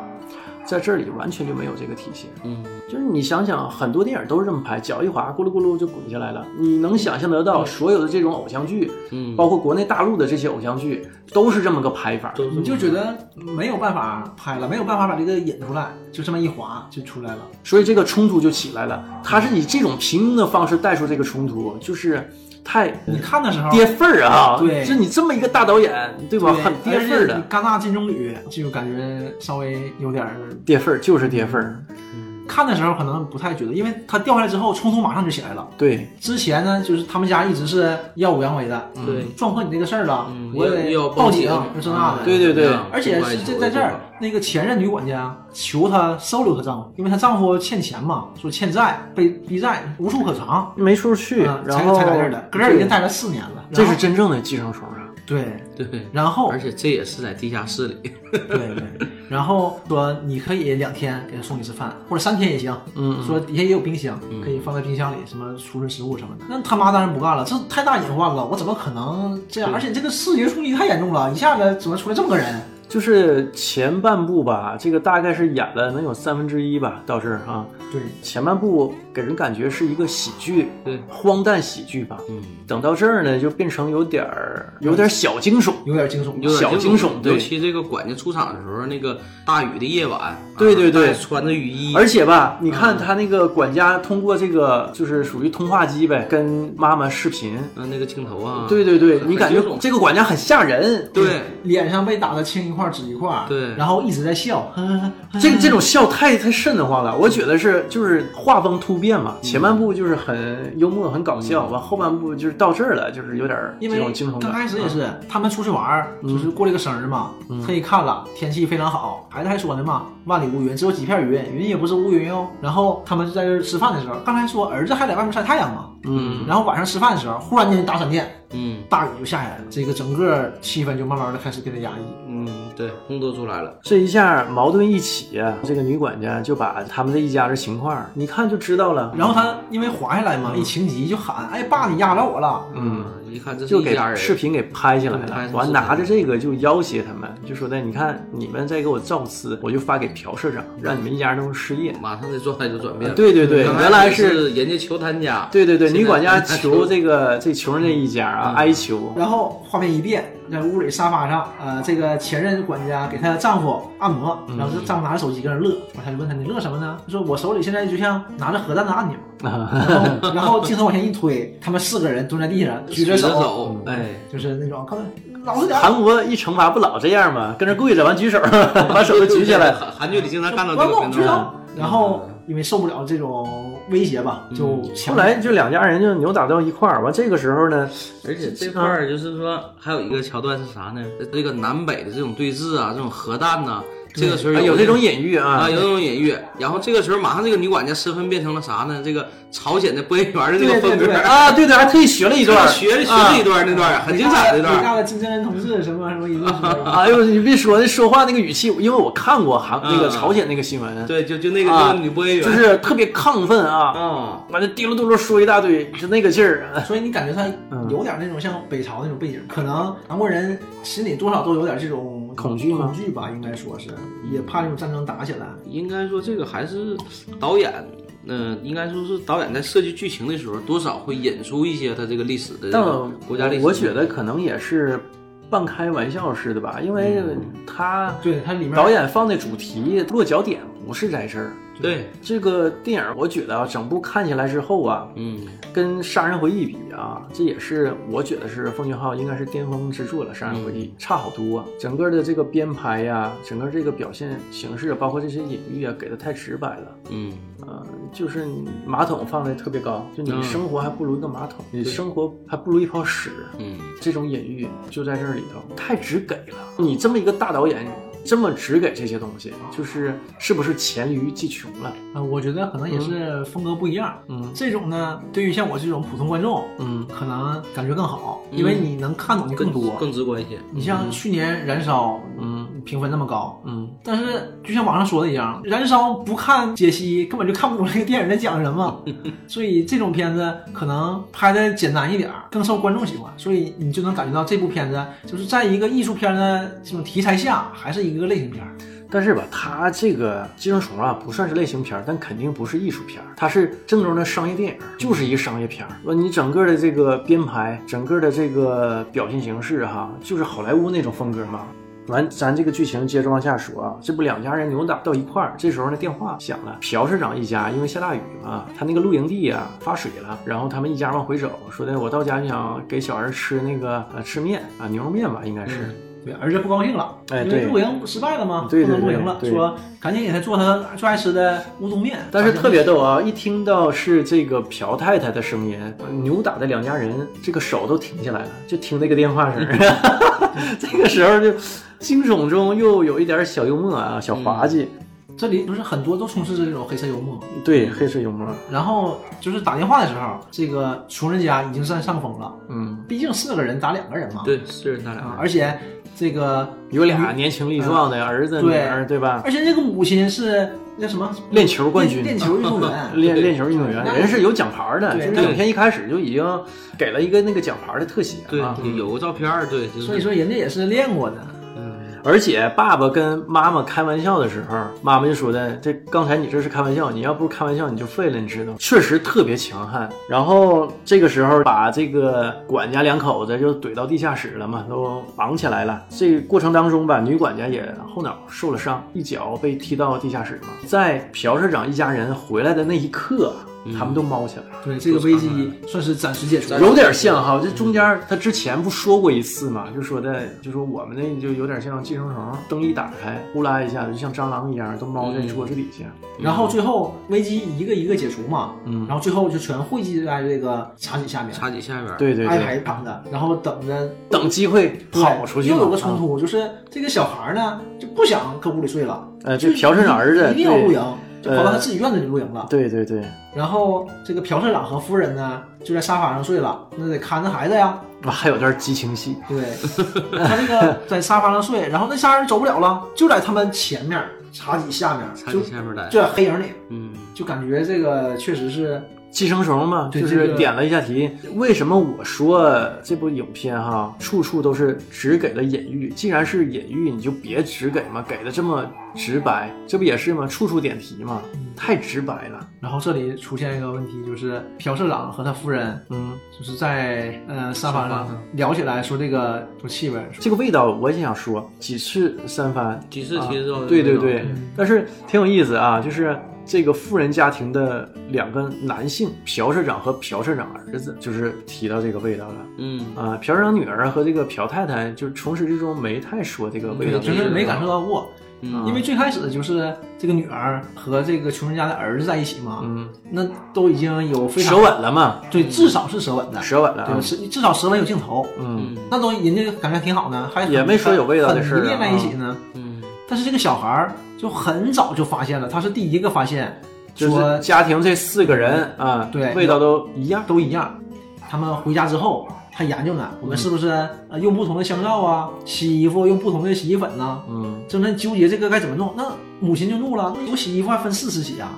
Speaker 1: 在这里完全就没有这个体现。
Speaker 2: 嗯，
Speaker 1: 就是你想想，很多电影都是这么拍，脚一滑，咕噜咕噜就滚下来了。你能想象得到，所有的这种偶像剧，
Speaker 2: 嗯，
Speaker 1: 包括国内大陆的这些偶像剧，都是这么个拍法。
Speaker 2: 都是
Speaker 3: 你就觉得没有办法拍了，没有办法把这个引出来，就这么一划就出来了。
Speaker 1: 所以这个冲突就起来了。他是以这种平庸的方式带出这个冲突，就是太
Speaker 3: 你看的时候，
Speaker 1: 跌份儿啊！
Speaker 3: 嗯对
Speaker 1: 就你这么一个大导演，对吧？
Speaker 3: 对
Speaker 1: 很跌份儿
Speaker 3: 而且
Speaker 1: 的，
Speaker 3: 戛纳金棕榈就感觉稍微有点儿，
Speaker 1: 跌份儿就是跌份儿。
Speaker 3: 看的时候可能不太觉得，因为它掉下来之后冲突马上就起来了。
Speaker 1: 对，
Speaker 3: 之前呢，就是他们家一直是耀武扬威的，
Speaker 2: 对，
Speaker 3: 撞破你这个事儿了，
Speaker 2: 嗯
Speaker 3: 我得
Speaker 2: 要要
Speaker 3: 报警，
Speaker 2: 警，嗯
Speaker 3: 就这那的。
Speaker 1: 对对对
Speaker 3: 而且是这在这儿，那个前任女管家求她收留她丈夫，因为她丈夫欠钱嘛，说欠债被逼债无处可偿，
Speaker 1: 没处去，
Speaker 3: 嗯
Speaker 1: 然后
Speaker 3: 才才在这儿的，搁这儿已经待了四年了。
Speaker 1: 这
Speaker 3: 然后
Speaker 1: 是真正的寄生虫啊！
Speaker 3: 对
Speaker 2: 对，
Speaker 3: 然后
Speaker 2: 而且这也是在地下室里，
Speaker 3: 对对，然后说你可以两天给他送一次饭，或者三天也行。
Speaker 1: 嗯，
Speaker 3: 说底下也有冰箱，可以放在冰箱里，什么储存食物什么的。那他妈当然不干了，这太大隐患了，我怎么可能这样？而且这个视觉冲击太严重了，一下子怎么出来这么个人？
Speaker 1: 就是前半部吧，这个大概是演了能有三分之一吧，倒是啊。
Speaker 3: 对，
Speaker 1: 前半部给人感觉是一个喜剧，
Speaker 2: 对
Speaker 1: 荒诞喜剧吧。
Speaker 2: 嗯，
Speaker 1: 等到这儿呢，就变成有点儿有点小惊悚，
Speaker 3: 有点惊悚。
Speaker 2: 有点
Speaker 1: 小惊悚对
Speaker 2: 尤其这个管家出场的时候，那个大雨的夜晚，啊
Speaker 1: 对对对
Speaker 2: 大家穿着雨衣，
Speaker 1: 而且吧，
Speaker 3: 嗯
Speaker 1: 你看他那个管家通过这个就是属于通话机呗，跟妈妈视频。
Speaker 2: 嗯，那个镜头啊，
Speaker 1: 对对对，
Speaker 2: 很
Speaker 1: 你感觉
Speaker 2: 很惊悚
Speaker 1: 这个管家很吓人。
Speaker 2: 对，
Speaker 3: 脸上被打的青一块紫一块，
Speaker 2: 对
Speaker 3: 然后一直在笑，
Speaker 1: 这这种笑太太瘆得慌了，我觉得是就是画风突变
Speaker 3: 嗯
Speaker 1: 嘛，前半部就是很幽默、很搞笑，完后半部就是到这儿了，就是有点儿
Speaker 3: 因
Speaker 1: 这种
Speaker 3: 为
Speaker 1: 惊悚
Speaker 3: 刚
Speaker 1: 感。嗯
Speaker 3: 开始也是，他们出去玩儿，就是过了个生日嘛，特意看了，天气非常好，孩子还说呢嘛，万里无云，只有几片云，云也不是乌云哟。然后他们就在这儿吃饭的时候，刚才说儿子还在外面晒太阳嘛，
Speaker 1: 嗯，
Speaker 3: 然后晚上吃饭的时候，忽然间打闪电，
Speaker 2: 嗯
Speaker 3: 大雨就下下来了，这个整个气氛就慢慢的开始变得压抑。
Speaker 2: 嗯，对，烘托出来了，
Speaker 1: 这一下矛盾一起啊，这个女管家就把他们这一家的情况，你看就知道了。
Speaker 3: 然后他因为滑下来嘛，一情急就喊，哎爸，你压着我了。
Speaker 1: 嗯，
Speaker 2: 啊一看这是
Speaker 1: 就
Speaker 2: 一
Speaker 1: 给
Speaker 2: 家人，
Speaker 1: 视频给拍下来
Speaker 2: 嗯拍
Speaker 1: 了，
Speaker 2: 成
Speaker 1: 完
Speaker 2: 视频
Speaker 1: 拿着这个就要挟他们，就说的你看你们再给我造次，我就发给朴社长，让你们一家都失业。
Speaker 2: 马上这状态就转变了。
Speaker 1: 对对对，
Speaker 2: 刚
Speaker 1: 原来是
Speaker 2: 是人家求他家，
Speaker 1: 对对对，
Speaker 2: 现在
Speaker 1: 女管家
Speaker 2: 人家
Speaker 1: 求这个这穷人这一家啊，哀求。
Speaker 3: 然后画面一变，在屋里沙发上，呃，这个前任管家给她丈夫按摩，
Speaker 2: 嗯
Speaker 3: 然后这丈夫拿着手机搁那乐，完他就问他你乐什么呢？他说我手里现在就像拿着核弹的按钮，然 后然后镜头往前一推，他们四个人蹲在地上举
Speaker 2: 举
Speaker 3: 着
Speaker 2: 着
Speaker 3: 手，
Speaker 2: 手，
Speaker 1: 嗯
Speaker 2: 哎，
Speaker 3: 就是那种快老实点儿，
Speaker 1: 韩国一惩罚不老这样吗？跟那跪着完举手，把 手都举起来。
Speaker 2: 韩韩剧里经常看到
Speaker 3: 关
Speaker 2: 这个
Speaker 3: 公
Speaker 2: 片
Speaker 3: 举手
Speaker 2: 段，，嗯
Speaker 3: 然后因为受不了这种威胁吧，就
Speaker 1: 后
Speaker 3: 强
Speaker 1: 来就两家人就扭打到一块儿，完这个时候呢，
Speaker 2: 而且这块儿就是说，还有一个桥段是啥呢？这个南北的这种对峙啊，这种核弹呐、这个时候
Speaker 1: 啊有这种隐喻啊
Speaker 2: 啊，，有这种隐喻。然后这个时候，马上这个女管家身份变成了啥呢？这个朝鲜的播音员的这个风
Speaker 3: 对
Speaker 2: 格，
Speaker 3: 对对
Speaker 1: 啊，对对，还特意学了一段，
Speaker 2: 学学
Speaker 1: 啊
Speaker 2: 这一段那段很精彩的一
Speaker 3: 伟大
Speaker 2: 段，
Speaker 3: 的金正恩同志什么什么一路说的。
Speaker 1: 哎呦，你别说，那说话那个语气，因为我看过韩那个朝鲜那个新闻，
Speaker 2: 对，就就那个
Speaker 1: 啊
Speaker 2: 那个女播音员，
Speaker 1: 就是特别亢奋啊，
Speaker 2: 啊，
Speaker 1: 完了嘀噜嘟噜说一大堆，就那个劲儿。啊
Speaker 3: 所以你感觉他
Speaker 1: 嗯
Speaker 3: 有点那种像北朝那种背景，可能韩国人心里多少都有点这种
Speaker 1: 恐惧吗
Speaker 3: 恐惧吧，应该说是也怕这种战争打起来。
Speaker 2: 应该说这个还是导演。嗯、应该说是导演在设计剧情的时候，多少会引出一些他这个历史的这
Speaker 1: 但
Speaker 2: 个
Speaker 1: 我
Speaker 2: 国家历史。
Speaker 1: 我觉得可能也是半开玩笑似的吧，因为
Speaker 2: 嗯
Speaker 1: 他
Speaker 3: 对，它里面
Speaker 1: 导演放的主题落脚点不是在这儿。
Speaker 2: 对，
Speaker 1: 这个电影我觉得啊，整部看起来之后啊，
Speaker 2: 嗯，
Speaker 1: 跟《杀人回忆》比啊，这也是我觉得是奉俊昊应该是巅峰之作了，《杀人回
Speaker 2: 嗯
Speaker 1: 忆》差好多、啊整个的这个编排呀、整个这个表现形式，包括这些隐喻啊，给的太直白了。
Speaker 2: 嗯，
Speaker 1: 呃，就是你马桶放的特别高，就你
Speaker 2: 嗯
Speaker 1: 生活还不如一个马桶，你生活还不如一泡屎。
Speaker 2: 嗯，
Speaker 1: 这种隐喻就在这里头，太直给了。你这么一个大导演，这么直给这些东西，就是是不是黔驴技穷了？
Speaker 3: 啊、我觉得可能也是风格不一样。
Speaker 1: 嗯
Speaker 3: 这种呢，对于像我这种普通观众，
Speaker 1: 嗯
Speaker 3: 可能感觉更好，
Speaker 2: 嗯
Speaker 3: 因为你能看懂的
Speaker 2: 更
Speaker 3: 多。
Speaker 2: 更直观一些。
Speaker 3: 你像去年《燃烧》
Speaker 1: 嗯
Speaker 3: 评分那么高，
Speaker 1: 嗯，
Speaker 3: 但是就像网上说的一样，《燃烧》不看解析根本就看不懂这个电影在讲什么， 所以这种片子可能拍的简单一点儿，更受观众喜欢，所以你就能感觉到这部片子就是在一个艺术片的这种题材下，还是一个类型片儿。
Speaker 1: 但是吧，它这个《寄生虫》啊，不算是类型片儿，但肯定不是艺术片儿，它是正宗的商业电影，就是一个商业片儿。呃完，你整个的这个编排，整个的这个表现形式哈、就是好莱坞那种风格嘛。完，咱这个剧情接着往下说啊，这不两家人扭打到一块儿，这时候呢电话响了，朴市长一家因为下大雨嘛，他那个露营地啊发水了，然后他们一家往回走，说的我到家就想给小孩吃那个呃吃面啊牛肉面吧，应该是，
Speaker 3: 对，儿子不高兴了，
Speaker 1: 哎
Speaker 3: 因为
Speaker 1: 对
Speaker 3: 露营失败了嘛，
Speaker 1: 对
Speaker 3: 不
Speaker 1: 对
Speaker 3: 能露
Speaker 1: 对
Speaker 3: 营了，
Speaker 1: 对
Speaker 3: 说赶紧给他做他最爱吃的乌冬面。
Speaker 1: 但是特别逗啊！一听到是这个朴太太的声音，呃扭打的两家人，这个手都停下来了，就听那个电话声儿。这个时候就惊悚中又有一点小幽默啊，小滑稽。
Speaker 3: 这这里不是很多都充斥着这种黑色幽默。
Speaker 1: 对，黑色幽默，
Speaker 3: 然后就是打电话的时候，这个穷人家已经占上风了，
Speaker 1: 嗯，
Speaker 3: 毕竟四个人打两个人嘛。
Speaker 2: 对，是人他
Speaker 3: 啊，
Speaker 2: 俩，
Speaker 3: 而且这个
Speaker 1: 有俩年轻力壮的儿子女
Speaker 3: 对
Speaker 1: 儿，对吧？
Speaker 3: 而且这个母亲是那什么
Speaker 1: 练球冠军
Speaker 3: 练练球运动员，
Speaker 1: 练练球运动员，
Speaker 3: 那
Speaker 1: 人是有奖牌的，
Speaker 3: 嗯对
Speaker 1: 就是
Speaker 2: 对
Speaker 1: 影片一开始就已经给了一个那个奖牌的特写
Speaker 2: 对
Speaker 1: 啊，，
Speaker 2: 有个照片儿，对，就是
Speaker 3: 所以说人家也是练过的。
Speaker 2: 嗯，
Speaker 1: 而且爸爸跟妈妈开玩笑的时候，妈妈就说的：“这刚才你这是开玩笑，你要不是开玩笑你就废了，你知道吗？”确实特别强悍。然后这个时候把这个管家两口子就怼到地下室了嘛，都绑起来了。这个过程当中吧，女管家也后脑受了伤，一脚被踢到地下室嘛。在朴社长一家人回来的那一刻，啊他们都猫起来了。
Speaker 3: 对，这个危机算是暂时解除。
Speaker 1: 有点像哈，这中间他之前不说过一次嘛，就说的，就说我们那就有点像寄生虫，灯一打开，呼啦一下，就像蟑螂一样，都猫在
Speaker 3: 嗯
Speaker 1: 你桌子底下。
Speaker 3: 然后最后危机一个一个解除嘛，
Speaker 1: 嗯
Speaker 3: 然后最后就全汇集在这个茶几下面，
Speaker 2: 茶几下边儿，
Speaker 1: 对对
Speaker 3: 挨
Speaker 1: 对，
Speaker 3: 排躺着，然后等着
Speaker 1: 等机会跑出去嘛。
Speaker 3: 又有个冲
Speaker 1: 啊，
Speaker 3: 突，就是这个小孩呢就不想搁屋里睡了，
Speaker 1: 呃，
Speaker 3: 就
Speaker 1: 这朴正儿子，
Speaker 3: 一定要露
Speaker 1: 对呃
Speaker 3: 营，就跑到他自己院子里露营了。
Speaker 1: 对对对，
Speaker 3: 然后这个朴社长和夫人呢就在沙发上睡了，那得看着孩子呀。
Speaker 1: 哇啊还有段激情戏，
Speaker 3: 对， 他这个在沙发上睡，然后那仨人走不了了，就在他们前面茶几下面，
Speaker 2: 茶
Speaker 3: 就
Speaker 2: 几下边儿来，
Speaker 3: 就在黑影里，
Speaker 2: 嗯，
Speaker 3: 就感觉这个确实是
Speaker 1: 寄生虫嘛，
Speaker 3: 对
Speaker 1: 就
Speaker 3: 这
Speaker 1: 是
Speaker 3: 个
Speaker 1: 点了一下题。为什么我说这部影片哈，处处都是只给了隐喻？既然是隐喻，你就别只给嘛，给的这么直白，这不也是吗？处处点题嘛，
Speaker 3: 嗯
Speaker 1: 太直白了。
Speaker 3: 然后这里出现一个问题，就是朴社长和他夫人
Speaker 1: 嗯，
Speaker 3: 就是在呃沙发
Speaker 2: 沙发
Speaker 3: 上
Speaker 2: 上
Speaker 3: 聊起来，说这个说气味，说
Speaker 1: 这个味道我也想说几次三番，
Speaker 2: 几次
Speaker 1: 啊
Speaker 2: 提到的
Speaker 1: 对对
Speaker 2: 味道
Speaker 1: 对
Speaker 3: 嗯，
Speaker 1: 但是挺有意思啊，就是。这个富人家庭的两个男性朴社长和朴社长儿子，就是提到这个味道了。
Speaker 2: 嗯，
Speaker 1: 啊，朴社长女儿和这个朴太太，就是从始至终没太说这个味道是
Speaker 2: 嗯
Speaker 1: 啊
Speaker 3: 就
Speaker 1: 什么。
Speaker 3: 是没感受到过，
Speaker 2: 嗯
Speaker 3: 因为最开始就是这个女儿和这个穷人家的儿子在一起嘛，
Speaker 1: 嗯，
Speaker 3: 那都已经有非
Speaker 1: 舌
Speaker 3: 常
Speaker 1: 吻了嘛，
Speaker 3: 对，至少是舌吻的，
Speaker 1: 舌吻了
Speaker 3: 对
Speaker 1: 啊，
Speaker 3: 吧？至至少舌吻有镜头，
Speaker 1: 嗯，
Speaker 3: 那东西人家感觉挺好呢，还很
Speaker 1: 也没说有味道的事儿啊
Speaker 3: 很迷恋在一起呢。
Speaker 2: 嗯，
Speaker 3: 但是这个小孩儿就很早就发现了，他是第一个发现，
Speaker 1: 就是
Speaker 3: 说
Speaker 1: 家庭这四个人啊，
Speaker 3: 对
Speaker 1: 味道都一样。
Speaker 3: 都一样。他们回家之后，他研究呢，我们是不是
Speaker 1: 嗯
Speaker 3: 呃用不同的香皂啊，洗衣服用不同的洗衣粉呢、
Speaker 1: 嗯，
Speaker 3: 正在纠结这个该怎么弄，那母亲就怒了，那我洗衣服还分四次洗啊？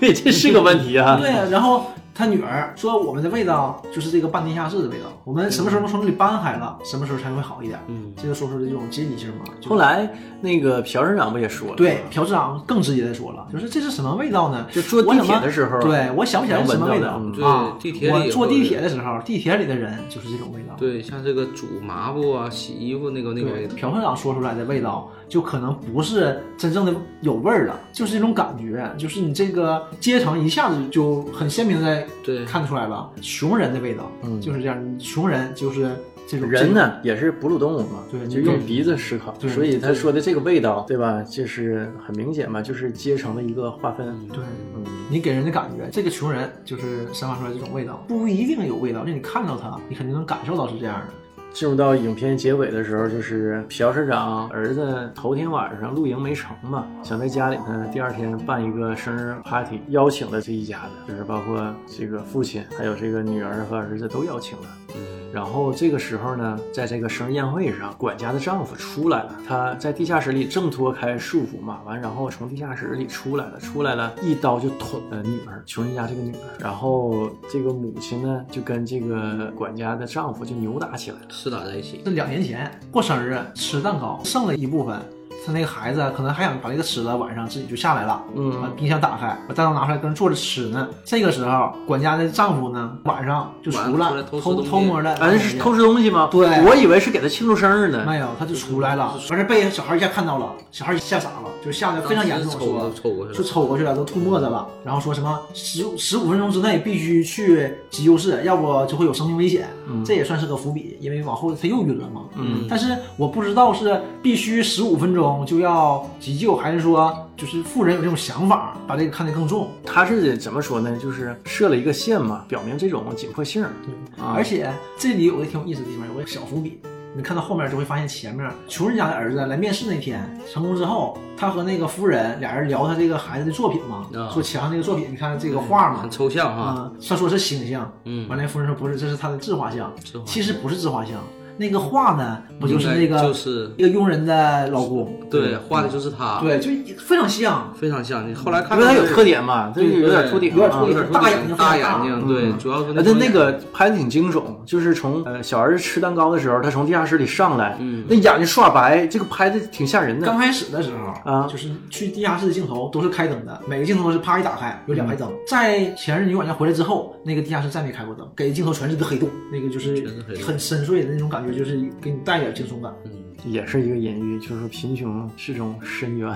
Speaker 1: 对，这是个问题啊。
Speaker 3: 对啊，然后他女儿说我们的味道就是这个半地下室的味道，我们什
Speaker 1: 嗯
Speaker 3: 么时候能从这里搬开了，什么时候才会好一点？
Speaker 2: 嗯，
Speaker 3: 这就说出了这种阶级性嘛。就是
Speaker 1: 后来那个朴社长不也说了，
Speaker 3: 对，，朴市长更直接的说了，就是这是什么味道呢？
Speaker 1: 就坐地铁的时候，
Speaker 3: 我怎么对我想不起来是什么味道
Speaker 1: 能闻
Speaker 2: 到的
Speaker 3: 啊。
Speaker 2: 嗯对地铁里
Speaker 3: 我坐地铁的时候，地铁里的人就是这种味道。
Speaker 2: 对，像这个煮麻布啊、洗衣服那个那个味
Speaker 3: 对，
Speaker 2: 道，
Speaker 3: 朴市长说出来的味道，就可能不是真正的有味儿了，就是这种感觉，就是你这个阶层一下子就很鲜明的
Speaker 2: 对，
Speaker 3: 看出来了，穷人的味道，
Speaker 1: 嗯
Speaker 3: 就是这样，穷人就是这种
Speaker 1: 人，呢也是哺乳动物嘛，
Speaker 3: 对
Speaker 1: 就用鼻子思考，
Speaker 3: 对
Speaker 1: 所以他说的这个味道，对吧？就是很明显嘛，就是阶层的一个划分。
Speaker 3: 这种对。
Speaker 1: 嗯，
Speaker 3: 你给人的感觉，这个穷人就是散发出来这种味道，不一定有味道，但你看到他，你肯定能感受到是这样的。
Speaker 1: 进入到影片结尾的时候，就是朴市长儿子头天晚上露营没成嘛，想在家里呢，第二天办一个生日 party，邀请了这一家子，就是包括这个父亲，还有这个女儿和儿子都邀请了。
Speaker 2: 嗯
Speaker 1: 然后这个时候呢，在这个生日宴会上，管家的丈夫出来了，他在地下室里挣脱开束缚嘛，完然后从地下室里出来了，出来了，一刀就捅了女儿，穷人家这个女儿。然后这个母亲呢，就跟这个管家的丈夫就扭打起来了。
Speaker 2: 厮打在一起，
Speaker 3: 这两年前过生日吃蛋糕，剩了一部分，他那个孩子可能还想把这个吃了，晚上自己就下来了，把
Speaker 1: 嗯，
Speaker 3: 冰箱打开，把蛋糕拿出来跟人坐着吃呢。这个时候，管家的丈夫呢，晚上就出
Speaker 2: 晚上
Speaker 3: 来
Speaker 2: 出来偷吃
Speaker 3: 偷
Speaker 2: 东西哎
Speaker 3: 偷摸的，
Speaker 1: 咱哎是偷吃东西吗？
Speaker 3: 对
Speaker 1: 我以为是给他庆祝生日呢。
Speaker 3: 没有，他就出来了，完事儿被小孩一下看到了，小孩一下吓傻了，就吓得非常严重，
Speaker 2: 当时
Speaker 3: 说
Speaker 2: 抽抽过去
Speaker 3: 就
Speaker 2: 了，
Speaker 3: 抽过去了，都吐沫子了，然后说什么十十五分钟之内必须去急救室，要不就会有生命危险。
Speaker 2: 嗯
Speaker 3: 这也算是个伏笔，因为往后他又晕了嘛。
Speaker 1: 嗯
Speaker 3: 但是我不知道是必须十五分钟就要急救，还是说就是富人有这种想法，把这个看得更重。
Speaker 1: 他是怎么说呢？就是设了一个线嘛，表明这种紧迫性。啊
Speaker 3: 而且这里有个挺有意思的地方，有个小伏笔，你看到后面就会发现前面穷人家的儿子来面试那天成功之后，他和那个夫人俩人聊他这个孩子的作品嘛，
Speaker 2: 啊嗯
Speaker 3: 说墙上这个作品，你看这个画嘛
Speaker 2: 很，抽象哈。
Speaker 3: 啊、他说是星星，
Speaker 2: 嗯
Speaker 3: 完了夫人说不是，这是他的自画像，
Speaker 2: 自画像
Speaker 3: 其实不是自画像，那个画呢不就是那
Speaker 2: 应该
Speaker 3: 个
Speaker 2: 就是
Speaker 3: 一个佣人的老公，
Speaker 2: 对，啊画的就是他，，
Speaker 3: 对，嗯就非常像，
Speaker 2: 非常像。你后来看
Speaker 1: 因为它有
Speaker 2: 就是
Speaker 1: 特点嘛，它就有点秃顶啊，
Speaker 3: 有点秃
Speaker 2: 有
Speaker 3: 顶
Speaker 2: 点
Speaker 3: 大眼睛
Speaker 2: 大
Speaker 3: 非常
Speaker 2: 眼
Speaker 3: 大
Speaker 2: 睛，对，主要是
Speaker 1: 呃，但
Speaker 2: 双
Speaker 1: 那
Speaker 2: 眼
Speaker 1: 个拍的挺惊悚，就是从呃小儿子吃蛋糕的时候，他从地下室里上来，
Speaker 2: 嗯
Speaker 1: 那眼睛刷白，这个拍的挺吓人的
Speaker 3: 刚。开始的时候
Speaker 1: 啊
Speaker 3: 就是去地下室的镜头都是开灯的，每个镜头都是啪一打开有两排灯。在前任女管家回来之后，那个地下室再没开过灯，给镜头全是一个黑洞，那个就是
Speaker 2: 全是黑洞
Speaker 3: 很深邃的那种感觉，就是给你带点惊悚感。
Speaker 2: 嗯
Speaker 1: 也是一个隐喻，就是贫穷是种深渊，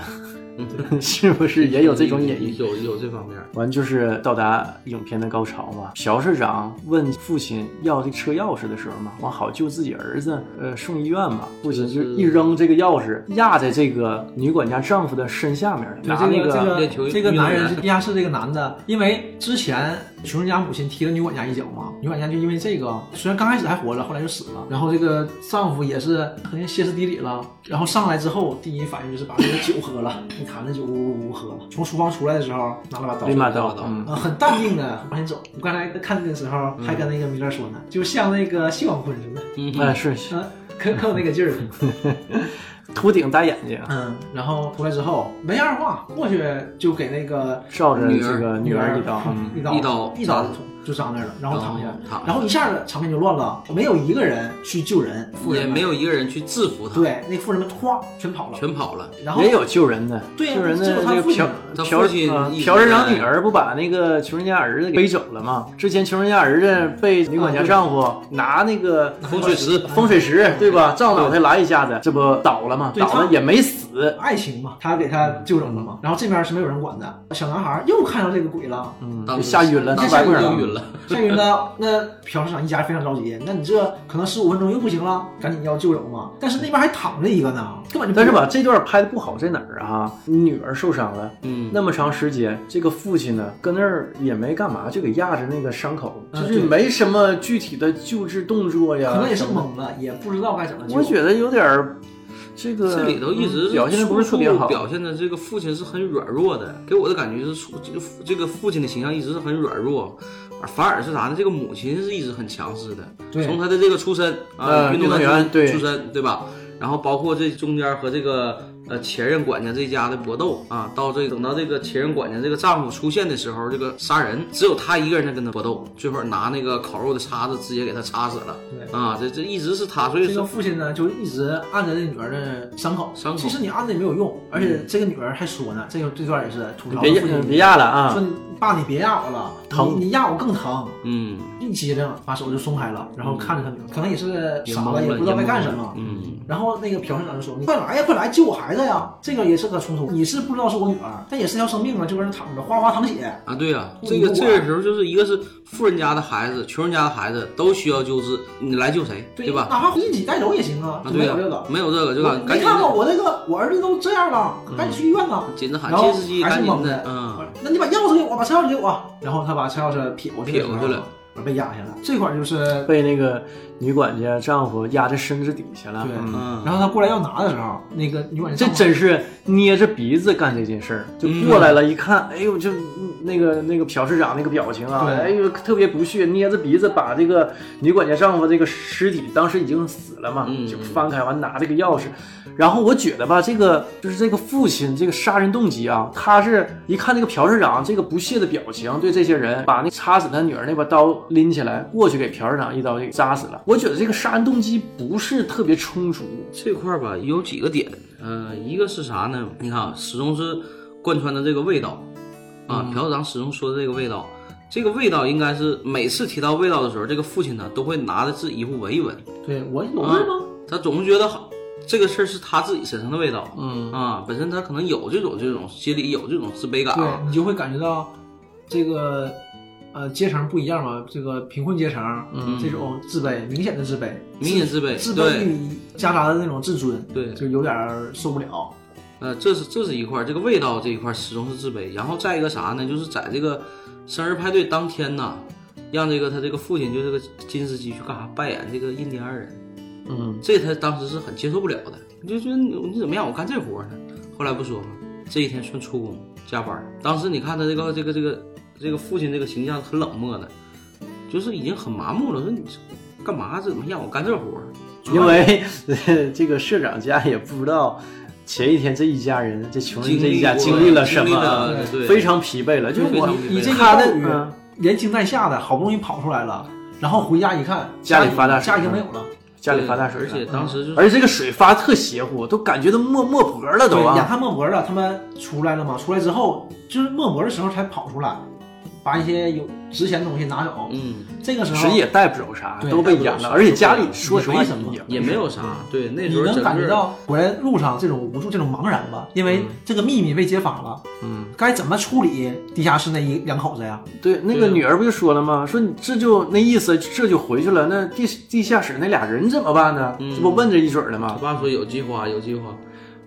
Speaker 3: 嗯
Speaker 1: 是不是也有这种隐喻？
Speaker 2: 有有这方面。
Speaker 1: 完就是到达影片的高潮嘛。朴市长问父亲要这车钥匙的时候嘛，往好救自己儿子，呃，送医院嘛。父亲就一扔这个钥匙，压在这个女管家丈夫的身下面，
Speaker 3: 对
Speaker 1: 拿那
Speaker 3: 这
Speaker 1: 个
Speaker 2: 练
Speaker 3: 个
Speaker 2: 球
Speaker 3: 这个
Speaker 2: 运动
Speaker 3: 男人
Speaker 2: 员
Speaker 3: 是地下室这个男的，因为之前穷人家母亲踢了女管家一脚嘛，女管家就因为这个，虽然刚开始还活着，后来就死了。然后这个丈夫也是肯定歇斯底里了，然后上来之后第一反应就是把这个酒喝了，一坛子酒呜呜呜喝了。从厨房出来的时候拿了把刀
Speaker 1: 拎。把
Speaker 2: 刀
Speaker 1: 刀，嗯，
Speaker 3: 呃，很淡定的往前走。我刚才看的时候还跟那个米勒说呢，就像那个谢广坤似的，
Speaker 2: 嗯
Speaker 1: 那、哎是
Speaker 3: 嗯、可可有那个劲儿了。
Speaker 1: 秃顶大眼睛，
Speaker 3: 嗯，然后出来之后没二话，过去就给那个
Speaker 1: 照着这个女儿一刀，嗯
Speaker 3: 一刀
Speaker 2: 一刀
Speaker 3: 一刀就扎那儿了，然后躺下
Speaker 2: 然后躺，下
Speaker 3: 然后一下子场面就乱了，没有一个人去救人，妇
Speaker 2: 也
Speaker 3: 人们
Speaker 2: 没有一个人去制服他，
Speaker 3: 对，那嗯妇人们哗全跑了，
Speaker 2: 全跑了。
Speaker 3: 然后
Speaker 1: 也有救人的，
Speaker 3: 对呀
Speaker 1: 救人
Speaker 3: 这
Speaker 1: 的
Speaker 3: 是他
Speaker 1: 那个
Speaker 3: 父亲
Speaker 1: 朴
Speaker 2: 他
Speaker 1: 朴
Speaker 2: 父亲
Speaker 1: 啊
Speaker 2: 一直
Speaker 1: 朴市长
Speaker 2: 在
Speaker 1: 女儿不把那个穷人家儿子给背走了吗？之前穷人家儿子被女管家丈夫拿那个
Speaker 2: 风水石
Speaker 1: 风水石，
Speaker 3: 嗯
Speaker 1: 对吧？照脑袋来一下子，这不倒了吗？
Speaker 3: 对
Speaker 1: 倒了
Speaker 3: 他
Speaker 1: 也没死，
Speaker 3: 爱情嘛，他给他救整了嘛，然后这边是没有人管的，小男孩又看到这个鬼了。
Speaker 1: 嗯，
Speaker 2: 当
Speaker 1: 就
Speaker 2: 时
Speaker 1: 吓晕了，大
Speaker 2: 当时
Speaker 1: 白棍
Speaker 2: 就
Speaker 1: 儿
Speaker 2: 晕了。
Speaker 3: 下雨呢，那朴市长一家非常着急，那你这可能十五分钟又不行了，赶紧要救人嘛。但是那边还躺着一个呢，根本就不
Speaker 1: 但是吧，这段拍的不好在哪儿啊？女儿受伤了，
Speaker 2: 嗯，
Speaker 1: 那么长时间，这个父亲呢，搁那儿也没干嘛，就给压着那个伤口，
Speaker 2: 啊
Speaker 3: 嗯
Speaker 1: 就是
Speaker 3: 对
Speaker 1: 没什么具体的救治动作呀。
Speaker 3: 可能也是
Speaker 1: 什么的
Speaker 3: 懵了，也不知道该怎么救。
Speaker 1: 我觉得有点儿，这个
Speaker 2: 这里头一直
Speaker 1: 嗯表现的不是特别好。
Speaker 2: 表现的这个父亲是很软弱的，给我的感觉是出这个父这个父亲的形象一直是很软弱，而反而是啥呢？这个母亲是一直很强势的，
Speaker 3: 对
Speaker 2: 从他的这个出身啊，
Speaker 1: 呃
Speaker 2: 运动
Speaker 1: 运动员
Speaker 2: 员
Speaker 1: 对
Speaker 2: 出身对吧？然后包括这中间和这个呃前任管家这家的搏斗啊，到这等到这个前任管家这个丈夫出现的时候，这个杀人只有他一个人在跟他搏斗，最后拿那个烤肉的叉子直接给他插死了
Speaker 3: 对
Speaker 2: 啊！这这一直是他，所以
Speaker 3: 这
Speaker 2: 说
Speaker 3: 个父亲呢，就一直按着这女儿的伤口，
Speaker 2: 伤口嗯
Speaker 3: 其实你按着也没有用，而且这个女儿还说呢，这个这段也是吐槽
Speaker 1: 别
Speaker 3: 了
Speaker 1: 压
Speaker 3: 父亲，
Speaker 1: 别压了
Speaker 3: 说
Speaker 1: 啊！
Speaker 3: 你爸你别压我了，
Speaker 1: 疼
Speaker 3: 你你压我更疼。
Speaker 2: 嗯。
Speaker 3: 一激灵，把手就松开了，然后看着他女儿，可能也是
Speaker 2: 也
Speaker 3: 傻
Speaker 2: 懵
Speaker 3: 了，也不知道该干什么。
Speaker 2: 嗯，
Speaker 3: 然后那个朴市长就说：“你快来呀，快来救我孩子呀！”这个也是个冲突，你是不知道是我女儿，但也是要生病了，就搁那躺着，哗哗淌血。
Speaker 2: 啊，对呀、
Speaker 3: 不
Speaker 2: 这个
Speaker 3: 不
Speaker 2: 这
Speaker 3: 管
Speaker 2: 个时候就是一个是富人家的孩子，穷人家的孩子都需要救治，你来救谁，对吧？
Speaker 3: 哪怕自己带走也行啊，
Speaker 2: 啊，
Speaker 3: 就
Speaker 2: 对
Speaker 3: 没
Speaker 2: 呀、
Speaker 3: 有这个。
Speaker 2: 没有这个就赶
Speaker 3: 你
Speaker 2: 赶紧
Speaker 3: 看看我这个，我儿子都这样了，
Speaker 2: 嗯
Speaker 3: 赶紧去医院吧。
Speaker 2: 紧着喊
Speaker 3: 然后
Speaker 2: 借司机，
Speaker 3: 还是
Speaker 2: 赶紧
Speaker 3: 懵
Speaker 2: 的
Speaker 3: 的，，
Speaker 2: 嗯，
Speaker 3: 那你把钥匙给我，把车钥匙给我。然后他把车钥匙撇过去
Speaker 2: 撇过去了，
Speaker 3: 而被压下来。这块儿就是，
Speaker 1: 被那个女管家丈夫压在身子底下了，
Speaker 3: 对
Speaker 1: 嗯
Speaker 2: 嗯，
Speaker 3: 然后他过来要拿的时候，那个女管家
Speaker 1: 这
Speaker 3: 丈夫
Speaker 1: 真是捏着鼻子干这件事儿。就
Speaker 2: 嗯
Speaker 1: 过来了，一看，哎呦，就那个那个朴市长那个表情啊，
Speaker 3: 对
Speaker 1: 哎呦，特别不屑，捏着鼻子把这个女管家丈夫这个尸体，当时已经死了嘛，
Speaker 2: 嗯
Speaker 1: 就翻开完拿这个钥匙。然后我觉得吧，这个就是这个父亲这个杀人动机啊，他是一看这个朴市长这个不屑的表情，对这些人把那插死他女儿那把刀拎起来过去给朴市长一刀就给扎死了。我觉得这个杀人动机不是特别充足，
Speaker 2: 这块儿吧有几个点，呃，一个是啥呢？你看啊，始终是贯穿着这个味道，啊，朴市长始终说的这个味道。这个味道应该是每次提到味道的时候，这个父亲呢都会拿着自己衣服闻一闻，
Speaker 3: 对我有味吗？
Speaker 2: 他总是觉得好这个事儿是他自己身上的味道，
Speaker 1: 嗯
Speaker 2: 啊，本身他可能有这种这种心里有这种自卑感啊，
Speaker 3: 对你就会感觉到这个呃阶层不一样嘛，这个贫困阶层，
Speaker 1: 嗯
Speaker 3: 这种自卑，明显的自卑，
Speaker 2: 明显自卑，
Speaker 3: 自卑
Speaker 2: 对，
Speaker 3: 与夹杂的那种自尊，
Speaker 2: 对
Speaker 3: 就有点儿受不了。
Speaker 2: 呃，这是这是一块儿，这个味道这一块儿始终是自卑。然后再一个啥呢？就是在这个生日派对当天呐，让这个他这个父亲就这个金斯基去干啥扮演这个印第安人，
Speaker 1: 嗯，
Speaker 2: 这他当时是很接受不了的，你就觉得你你怎么让我干这活呢？后来不说吗？这一天算出工加班，当时你看他这个这个这个这个父亲这个形象很冷漠的，就是已经很麻木了，说你这干嘛这怎么让我干这活？
Speaker 1: 因为 呃这个社长家也不知道前一天这一家人这穷人这一家经历了什
Speaker 2: 经历
Speaker 1: 么，啊
Speaker 2: 了对
Speaker 1: 非常疲惫了。就
Speaker 2: 对非
Speaker 1: 我
Speaker 2: 常疲惫
Speaker 1: 你
Speaker 3: 你
Speaker 1: 这
Speaker 3: 这
Speaker 1: 个
Speaker 3: 个
Speaker 1: 他
Speaker 3: 暴
Speaker 1: 的
Speaker 3: 雨
Speaker 1: 嗯
Speaker 3: 连惊带吓的，好不容易跑出来了，然后回家一看，
Speaker 1: 家里
Speaker 3: 里
Speaker 1: 发大水
Speaker 3: 家已
Speaker 2: 嗯
Speaker 3: 经没有了，
Speaker 1: 家里发大水
Speaker 2: 而
Speaker 1: 了，
Speaker 2: 且当时就是
Speaker 1: 而且这个水发得特邪乎，都感觉都没没脖了都
Speaker 3: 对，眼
Speaker 1: 啊。
Speaker 3: 看没门了，他们出来了嘛，出来之后就是没门的时候才跑出来，把一些有值钱的东西拿走。
Speaker 2: 嗯
Speaker 3: 这个时候
Speaker 1: 谁也带不走啥，
Speaker 3: 对
Speaker 1: 都被淹
Speaker 3: 带不走
Speaker 1: 了，
Speaker 3: 啥
Speaker 1: 而且家里
Speaker 3: 都
Speaker 1: 说
Speaker 3: 被
Speaker 1: 哎实话
Speaker 3: 没什么
Speaker 2: 也没有啥，对那时
Speaker 3: 嗯你
Speaker 2: 候
Speaker 3: 能
Speaker 2: 整
Speaker 3: 感觉
Speaker 2: 个
Speaker 3: 到回来路上这种无助、这种茫然吧？因为这个秘密被揭发了，
Speaker 1: 嗯。
Speaker 3: 该怎么处理地下室那一两口子呀？
Speaker 1: 对，那个
Speaker 2: 对啊
Speaker 1: 女儿不就说了吗？说你这就那意思，这就回去了。那地地下室那俩人怎么办呢？
Speaker 2: 嗯
Speaker 1: 这不问这一嘴儿了
Speaker 2: 他
Speaker 1: 吗？
Speaker 2: 爸说有计划有计划，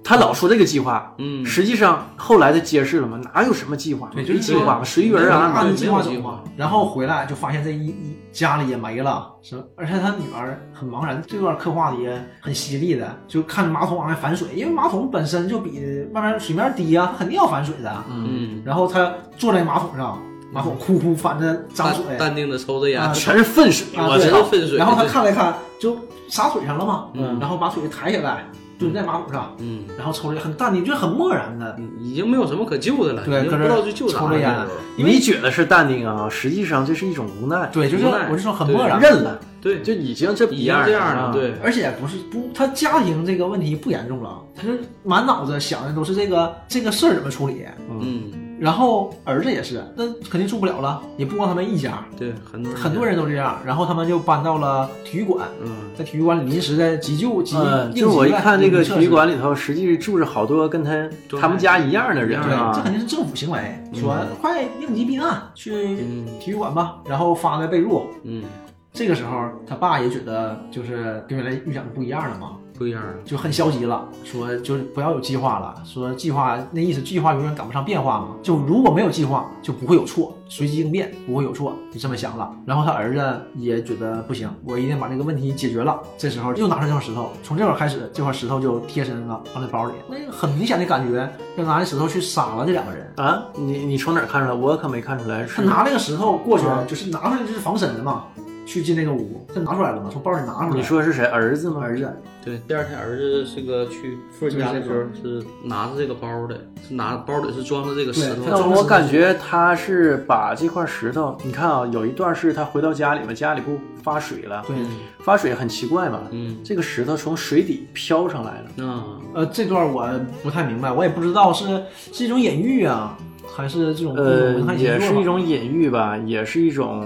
Speaker 1: 他老说这个计划，
Speaker 2: 嗯，
Speaker 1: 实际上后来他揭示了嘛，哪有什么计划？
Speaker 3: 对
Speaker 1: 没
Speaker 3: 就是
Speaker 1: 计划嘛，随缘而安
Speaker 2: 啊没
Speaker 1: 嘛。
Speaker 2: 有
Speaker 3: 按计划走
Speaker 2: 没有计
Speaker 3: 嘛
Speaker 2: 划。
Speaker 3: 然后回来就发现这一一家里也没了，是吧？而且他女儿很茫然，这段刻画的也很犀利的，就看着马桶往外反水，因为马桶本身就比外面水面低呀、它肯定要反水的。
Speaker 2: 嗯，
Speaker 3: 然后他坐在马桶上，马
Speaker 1: 嗯
Speaker 3: 桶呼呼反着涨
Speaker 2: 淡
Speaker 3: 水，
Speaker 2: 淡定的抽着烟
Speaker 3: 啊，
Speaker 1: 全是粪水，
Speaker 3: 啊
Speaker 1: 我
Speaker 2: 对
Speaker 1: 操！
Speaker 2: 操分水
Speaker 3: 然后他看了一看，就洒水上了嘛，
Speaker 2: 嗯
Speaker 3: 然后把水抬起来，蹲在马桶上，
Speaker 2: 嗯。
Speaker 3: 然后抽了一很淡定，就很漠然的，
Speaker 1: 嗯
Speaker 2: 已经没有什么可救的了，
Speaker 3: 对
Speaker 2: 已经不知道去救
Speaker 3: 搁
Speaker 2: 啥
Speaker 3: 这抽着烟
Speaker 2: 了。
Speaker 3: 因
Speaker 1: 你
Speaker 3: 为
Speaker 1: 觉得是淡定啊，实际上这是一种无奈，
Speaker 3: 对，就是
Speaker 2: 无奈
Speaker 3: 我就说很漠然，
Speaker 1: 认了，
Speaker 2: 对，
Speaker 1: 就已经这
Speaker 2: 已经这样
Speaker 1: 了
Speaker 2: 了，
Speaker 1: 啊。
Speaker 2: 对，
Speaker 3: 而且不是不，他家庭这个问题不严重了，他是满脑子想的都是这个这个事儿怎么处理，
Speaker 2: 嗯，
Speaker 3: 然后儿子也是，那肯定住不了了，也不光他们一家，
Speaker 2: 对，很多
Speaker 3: 很多
Speaker 2: 人，
Speaker 3: 人都这
Speaker 1: 嗯
Speaker 3: 样，然后他们就搬到了体育馆，
Speaker 2: 嗯，
Speaker 3: 在体育馆里临时的急救急，
Speaker 1: 嗯，
Speaker 3: 应急
Speaker 1: 就是我一
Speaker 3: 的
Speaker 1: 看这个
Speaker 3: 应急
Speaker 1: 体
Speaker 3: 设
Speaker 1: 育
Speaker 3: 施
Speaker 1: 馆里头，实际住着好多跟他他们家一样的人
Speaker 3: 对，
Speaker 1: 啊
Speaker 3: 这。肯定是政府行为，说
Speaker 1: 嗯
Speaker 3: 快应急避难，去
Speaker 2: 嗯
Speaker 3: 体育馆吧，然后发的备注。
Speaker 2: 嗯，
Speaker 3: 这个时候，他爸也觉得就是跟原来预想的不一样了嘛，
Speaker 2: 不一样啊了，
Speaker 3: 就很消极了，说就是不要有计划了，说计划那意思计划永远赶不上变化嘛，就如果没有计划就不会有错，随机应变不会有错，就这么想了。然后他儿子也觉得不行，我一定把这个问题解决了。这时候又拿出这块石头，从这会儿开始，这块石头就贴身了，放在包里。那个很明显的感觉，要拿这石头去杀了这两个人。
Speaker 1: 啊，你你从哪儿看出来？我可没看出来是。
Speaker 3: 他拿那个石头过去
Speaker 1: 啊，
Speaker 3: 就是拿出来就是防身的嘛，去进那个屋，他拿出来了嘛，从包里拿出来。
Speaker 1: 你说是谁？儿子吗？
Speaker 3: 啊儿子，
Speaker 2: 对。第二天儿子这个去父亲家的时候是拿着这个包的，是拿包里是装着这个石头
Speaker 3: 对
Speaker 1: 那
Speaker 2: 的，
Speaker 3: 他
Speaker 1: 我感觉他是把这块石头，你看啊，有一段是他回到家里嘛，家里不发水了，
Speaker 3: 对，
Speaker 1: 发水很奇怪嘛，
Speaker 2: 嗯，
Speaker 1: 这个石头从水底飘上来了，
Speaker 2: 啊，
Speaker 3: 呃，这段我不太明白，我也不知道是是一种隐喻啊，还是这种这种
Speaker 1: 呃
Speaker 3: 文，化写
Speaker 1: 也
Speaker 3: 作
Speaker 1: 是
Speaker 3: 吧
Speaker 1: 一种隐喻吧，也是一种。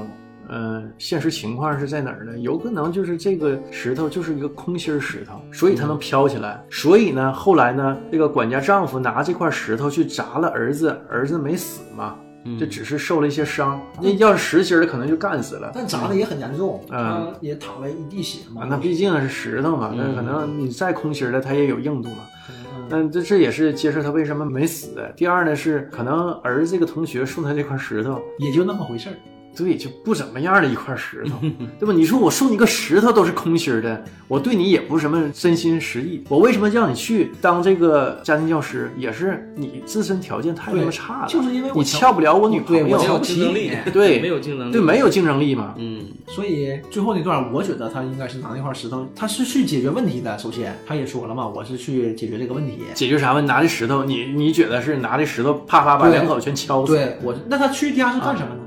Speaker 1: 呃，现实情况是在哪儿呢？有可能就是这个石头就是一个空心儿石头，所以它能飘起来。所以呢，后来呢，这个管家丈夫拿这块石头去砸了儿子，儿子没死嘛，
Speaker 2: 嗯
Speaker 1: 这只是受了一些伤。那、要是实心儿的，可能就干死了。
Speaker 3: 但砸的也很严重，
Speaker 1: 嗯
Speaker 3: 他也淌了一地血嘛
Speaker 1: 啊，。那毕竟是石头嘛，那
Speaker 2: 嗯
Speaker 1: 可能你再空心儿的，它也有硬度嘛。
Speaker 3: 嗯
Speaker 1: 那这这也是揭示他为什么没死的。第二呢是，可能儿子这个同学送他这块石头，
Speaker 3: 也就那么回事儿。
Speaker 1: 对，就不怎么样的一块石 头，对吧？你说我送你个石头都是空心儿的，我对你也不是什么真心实意，我为什么叫你去当这个家庭教师？也是你自身条件太他妈
Speaker 3: 对
Speaker 1: 差了，
Speaker 3: 就是因为我
Speaker 1: 你
Speaker 3: 瞧
Speaker 1: 撬不了我女朋
Speaker 3: 对我
Speaker 2: 没
Speaker 3: 瞧
Speaker 1: 友
Speaker 2: 有
Speaker 3: 不，
Speaker 2: 竞争力，
Speaker 1: 对
Speaker 2: 没有竞争力，
Speaker 1: 对，没有竞争力嘛。
Speaker 2: 嗯，
Speaker 3: 所以最后那段，我觉得他应该是拿那块石头，他是去解决问题的。首先，他也说了嘛，我是去解决这个问题。
Speaker 1: 解决啥问题？拿这石头，你你觉得是拿这石头啪啪把
Speaker 3: 对
Speaker 1: 两口全敲死？
Speaker 3: 对我，那他去地下室干什么呢？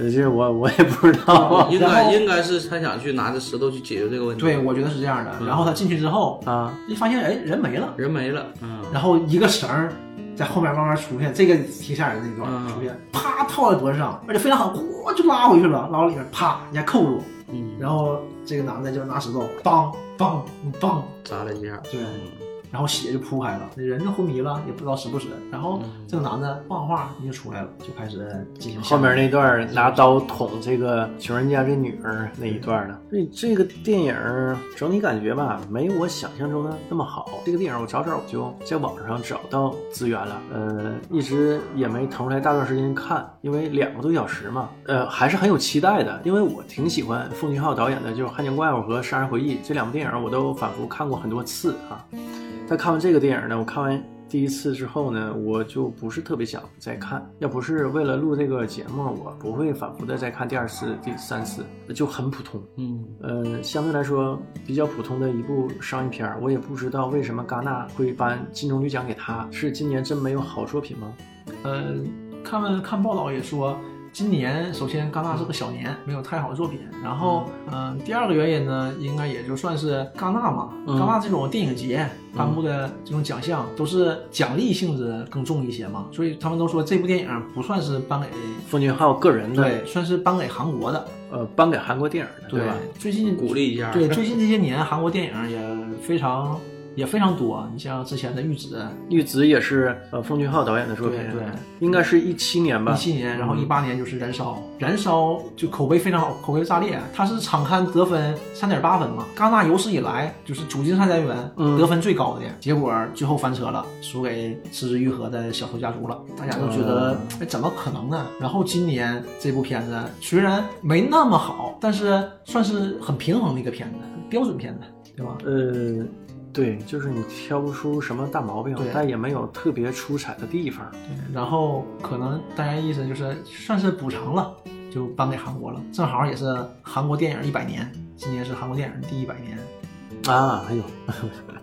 Speaker 1: 呃，这我我也不知 道
Speaker 2: 应
Speaker 3: 然
Speaker 2: 该
Speaker 3: 后
Speaker 2: 应该是他想去拿着石头去解决这个问
Speaker 1: 嗯
Speaker 2: 题，
Speaker 3: 对，我觉得是这样的。然后他进去之后，
Speaker 1: 啊。
Speaker 3: 一发现哎人没了，
Speaker 2: 人没了，嗯，
Speaker 3: 然后一个绳儿在后面慢慢出现，这个挺吓人的一段
Speaker 2: 嗯
Speaker 3: 出现，啪套在脖子上，而且非常狠，呼就拉回去了，拉到里面，啪一下扣住，
Speaker 2: 嗯，
Speaker 3: 然后这个男的就拿石头，梆梆梆，
Speaker 2: 砸了一下，
Speaker 3: 对，
Speaker 2: 嗯
Speaker 3: 然后血就铺开了，那人就昏迷了，也不知道死不死。然后这个男的画画人就出来了，就开始进行下
Speaker 1: 嗯后面那段拿刀捅这个穷人家这女儿那一段呢，所以这个电影儿整体感觉吧，没我想象中的那么好。这个电影我早早就在网上找到资源了，呃，一直也没腾出来大段时间看，因为两个多小时嘛，呃，还是很有期待的。因为我挺喜欢奉俊昊导演的，就是《汉江怪物》和《杀人回忆》这两部电影，我都反复看过很多次啊。但看完这个电影呢，我看完第一次之后呢，我就不是特别想再看。要不是为了录这个节目，我不会反复的再看第二次、第三次，就很普通。
Speaker 2: 嗯，
Speaker 1: 呃，相对来说比较普通的一部商业片儿，我也不知道为什么戛纳会颁金棕榈奖给他，是今年真没有好作品吗？
Speaker 3: 呃，看完看报道也说，今年首先戛纳是个小年，没有太好的作品。然后，嗯、第二个原因呢，应该也就算是戛纳嘛，
Speaker 2: 嗯
Speaker 3: 戛纳这种电影节颁布的这种奖项都是奖励性质更重一些嘛，所以他们都说这部电影啊不算是颁给。
Speaker 1: 奉俊昊个人的，
Speaker 3: 对，算是颁给韩国的，
Speaker 1: 呃，颁给韩国电影的，对吧？
Speaker 3: 最近
Speaker 2: 鼓励一下。
Speaker 3: 对，最近这些年韩国电影也非常也非常多，你像之前的《玉子》，
Speaker 1: 玉子也是呃奉俊昊导演的作品，
Speaker 3: 对对
Speaker 1: 应该是一七年吧嗯
Speaker 3: 一。七年，然后一八年就是《燃烧》，《燃烧》就口碑非常好，口碑炸裂。啊它是场刊得分三点八分嘛，戛纳有史以来就是主竞赛单元
Speaker 1: 嗯
Speaker 3: 得分最高的，结果最后翻车了，输给《失之愈合》的《小偷家族》了。大家都觉得
Speaker 1: 嗯，
Speaker 3: 哎，怎么可能呢？然后今年这部片子虽然没那么好，但是算是很平衡的一个片子，标准片子，对吧？
Speaker 1: 呃，对，就是你挑不出什么大毛病
Speaker 3: 对，
Speaker 1: 但也没有特别出彩的地方。
Speaker 3: 嗯然后可能大家意思就是算是补偿了，就颁给韩国了，正好也是韩国电影一百年，今年是韩国电影第一百年，
Speaker 1: 啊，哎呦，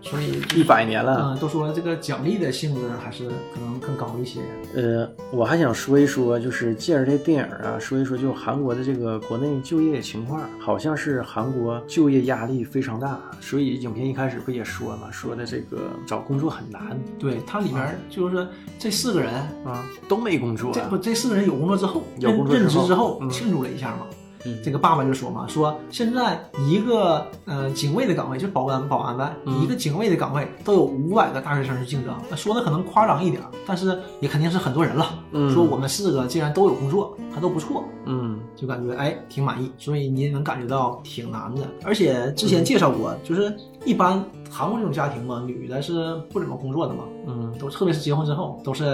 Speaker 3: 所以就
Speaker 1: 一百年了。
Speaker 3: 嗯，都说这个奖励的性质还是可能更高一些。
Speaker 1: 呃，我还想说一说，就是借着这电影啊，说一说就韩国的这个国内就业情况，好像是韩国就业压力非常大，所以影片一开始不也说嘛，说的这个找工作很难
Speaker 3: 嗯对，它里面就是这四个人，
Speaker 1: 啊，都没工作、
Speaker 3: 这不这四个人有工作之后，
Speaker 1: 有
Speaker 3: 任
Speaker 1: 工作之
Speaker 3: 任职
Speaker 1: 后
Speaker 3: 之后
Speaker 1: 嗯
Speaker 3: 庆祝了一下嘛。
Speaker 2: 嗯
Speaker 3: 这个爸爸就说嘛，说现在一个呃警卫的岗位，就保安保安呗，
Speaker 1: 嗯
Speaker 3: 一个警卫的岗位都有五百个大学生去竞争，那说的可能夸张一点儿，但是也肯定是很多人了。
Speaker 1: 嗯
Speaker 3: 说我们四个竟然都有工作，还都不错，
Speaker 1: 嗯
Speaker 3: 就感觉哎挺满意，所以你也能感觉到挺难的。而且之
Speaker 1: 嗯
Speaker 3: 前介绍过，就是一般韩国这种家庭嘛，女的是不怎么工作的嘛，
Speaker 1: 嗯
Speaker 3: 都特别是结婚之后，都是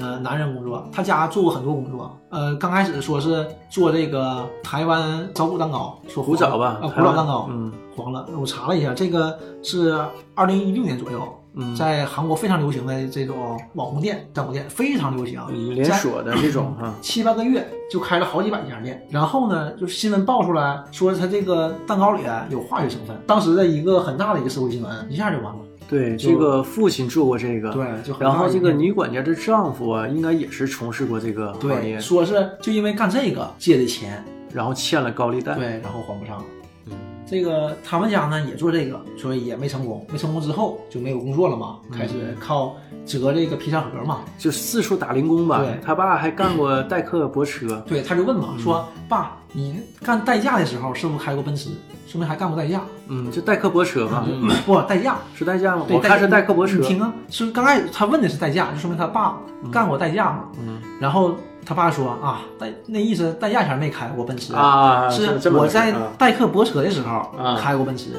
Speaker 3: 呃男人工作。他家做过很多工作，呃，刚开始说是做这个台湾早谷蛋糕，说
Speaker 1: 古早吧
Speaker 3: 啊、呃
Speaker 1: 台
Speaker 3: 古
Speaker 1: 湾
Speaker 3: 早蛋糕，
Speaker 1: 嗯，
Speaker 3: 黄了。我查了一下，这个是二零一六年左右。
Speaker 1: 嗯
Speaker 3: 在韩国非常流行的这种网红店、蛋糕店非常流行，
Speaker 1: 嗯连锁的这种啊哈、
Speaker 3: 七八个月就开了好几百家店。然后呢，就是新闻爆出来说他这个蛋糕里啊有化学成分，当时的一个很大的一个社会新闻，一下就完了。
Speaker 1: 对，
Speaker 3: 就
Speaker 1: 这个父亲做过这个，
Speaker 3: 对，就很
Speaker 1: 然后
Speaker 3: 大一
Speaker 1: 这个女管家的丈夫啊，应该也是从事过这个行业
Speaker 3: 对，，说是就因为干这个借的钱，
Speaker 1: 然后欠了高利贷。
Speaker 3: 对，然后还不上了。
Speaker 2: 嗯
Speaker 3: 这个他们家呢也做这个，所以也没成功。没成功之后就没有工作了嘛，开
Speaker 1: 嗯
Speaker 3: 始靠折这个皮箱盒嘛。
Speaker 1: 就四处打零工吧
Speaker 3: 对。
Speaker 1: 他爸还干过代客泊车，
Speaker 3: 对，他就问嘛，说
Speaker 1: 嗯
Speaker 3: 爸，你干代驾的时候是不是开过奔驰？说明还干过代驾？
Speaker 1: 嗯，就代客泊车嘛，
Speaker 2: 嗯
Speaker 3: 不，代驾。
Speaker 1: 是代驾吗？
Speaker 3: 对
Speaker 1: 我看是代客泊
Speaker 3: 你
Speaker 1: 车。
Speaker 3: 听啊，是刚开始他问的是代驾，就说明他爸干过代驾嘛。
Speaker 1: 嗯
Speaker 3: 然后他爸说啊，代那意思代驾前没开过奔驰
Speaker 1: 啊，
Speaker 3: 是
Speaker 1: 这么
Speaker 3: 我
Speaker 1: 回事
Speaker 3: 在
Speaker 1: 啊
Speaker 3: 代客泊车的时候、
Speaker 1: 啊
Speaker 3: 开过奔驰，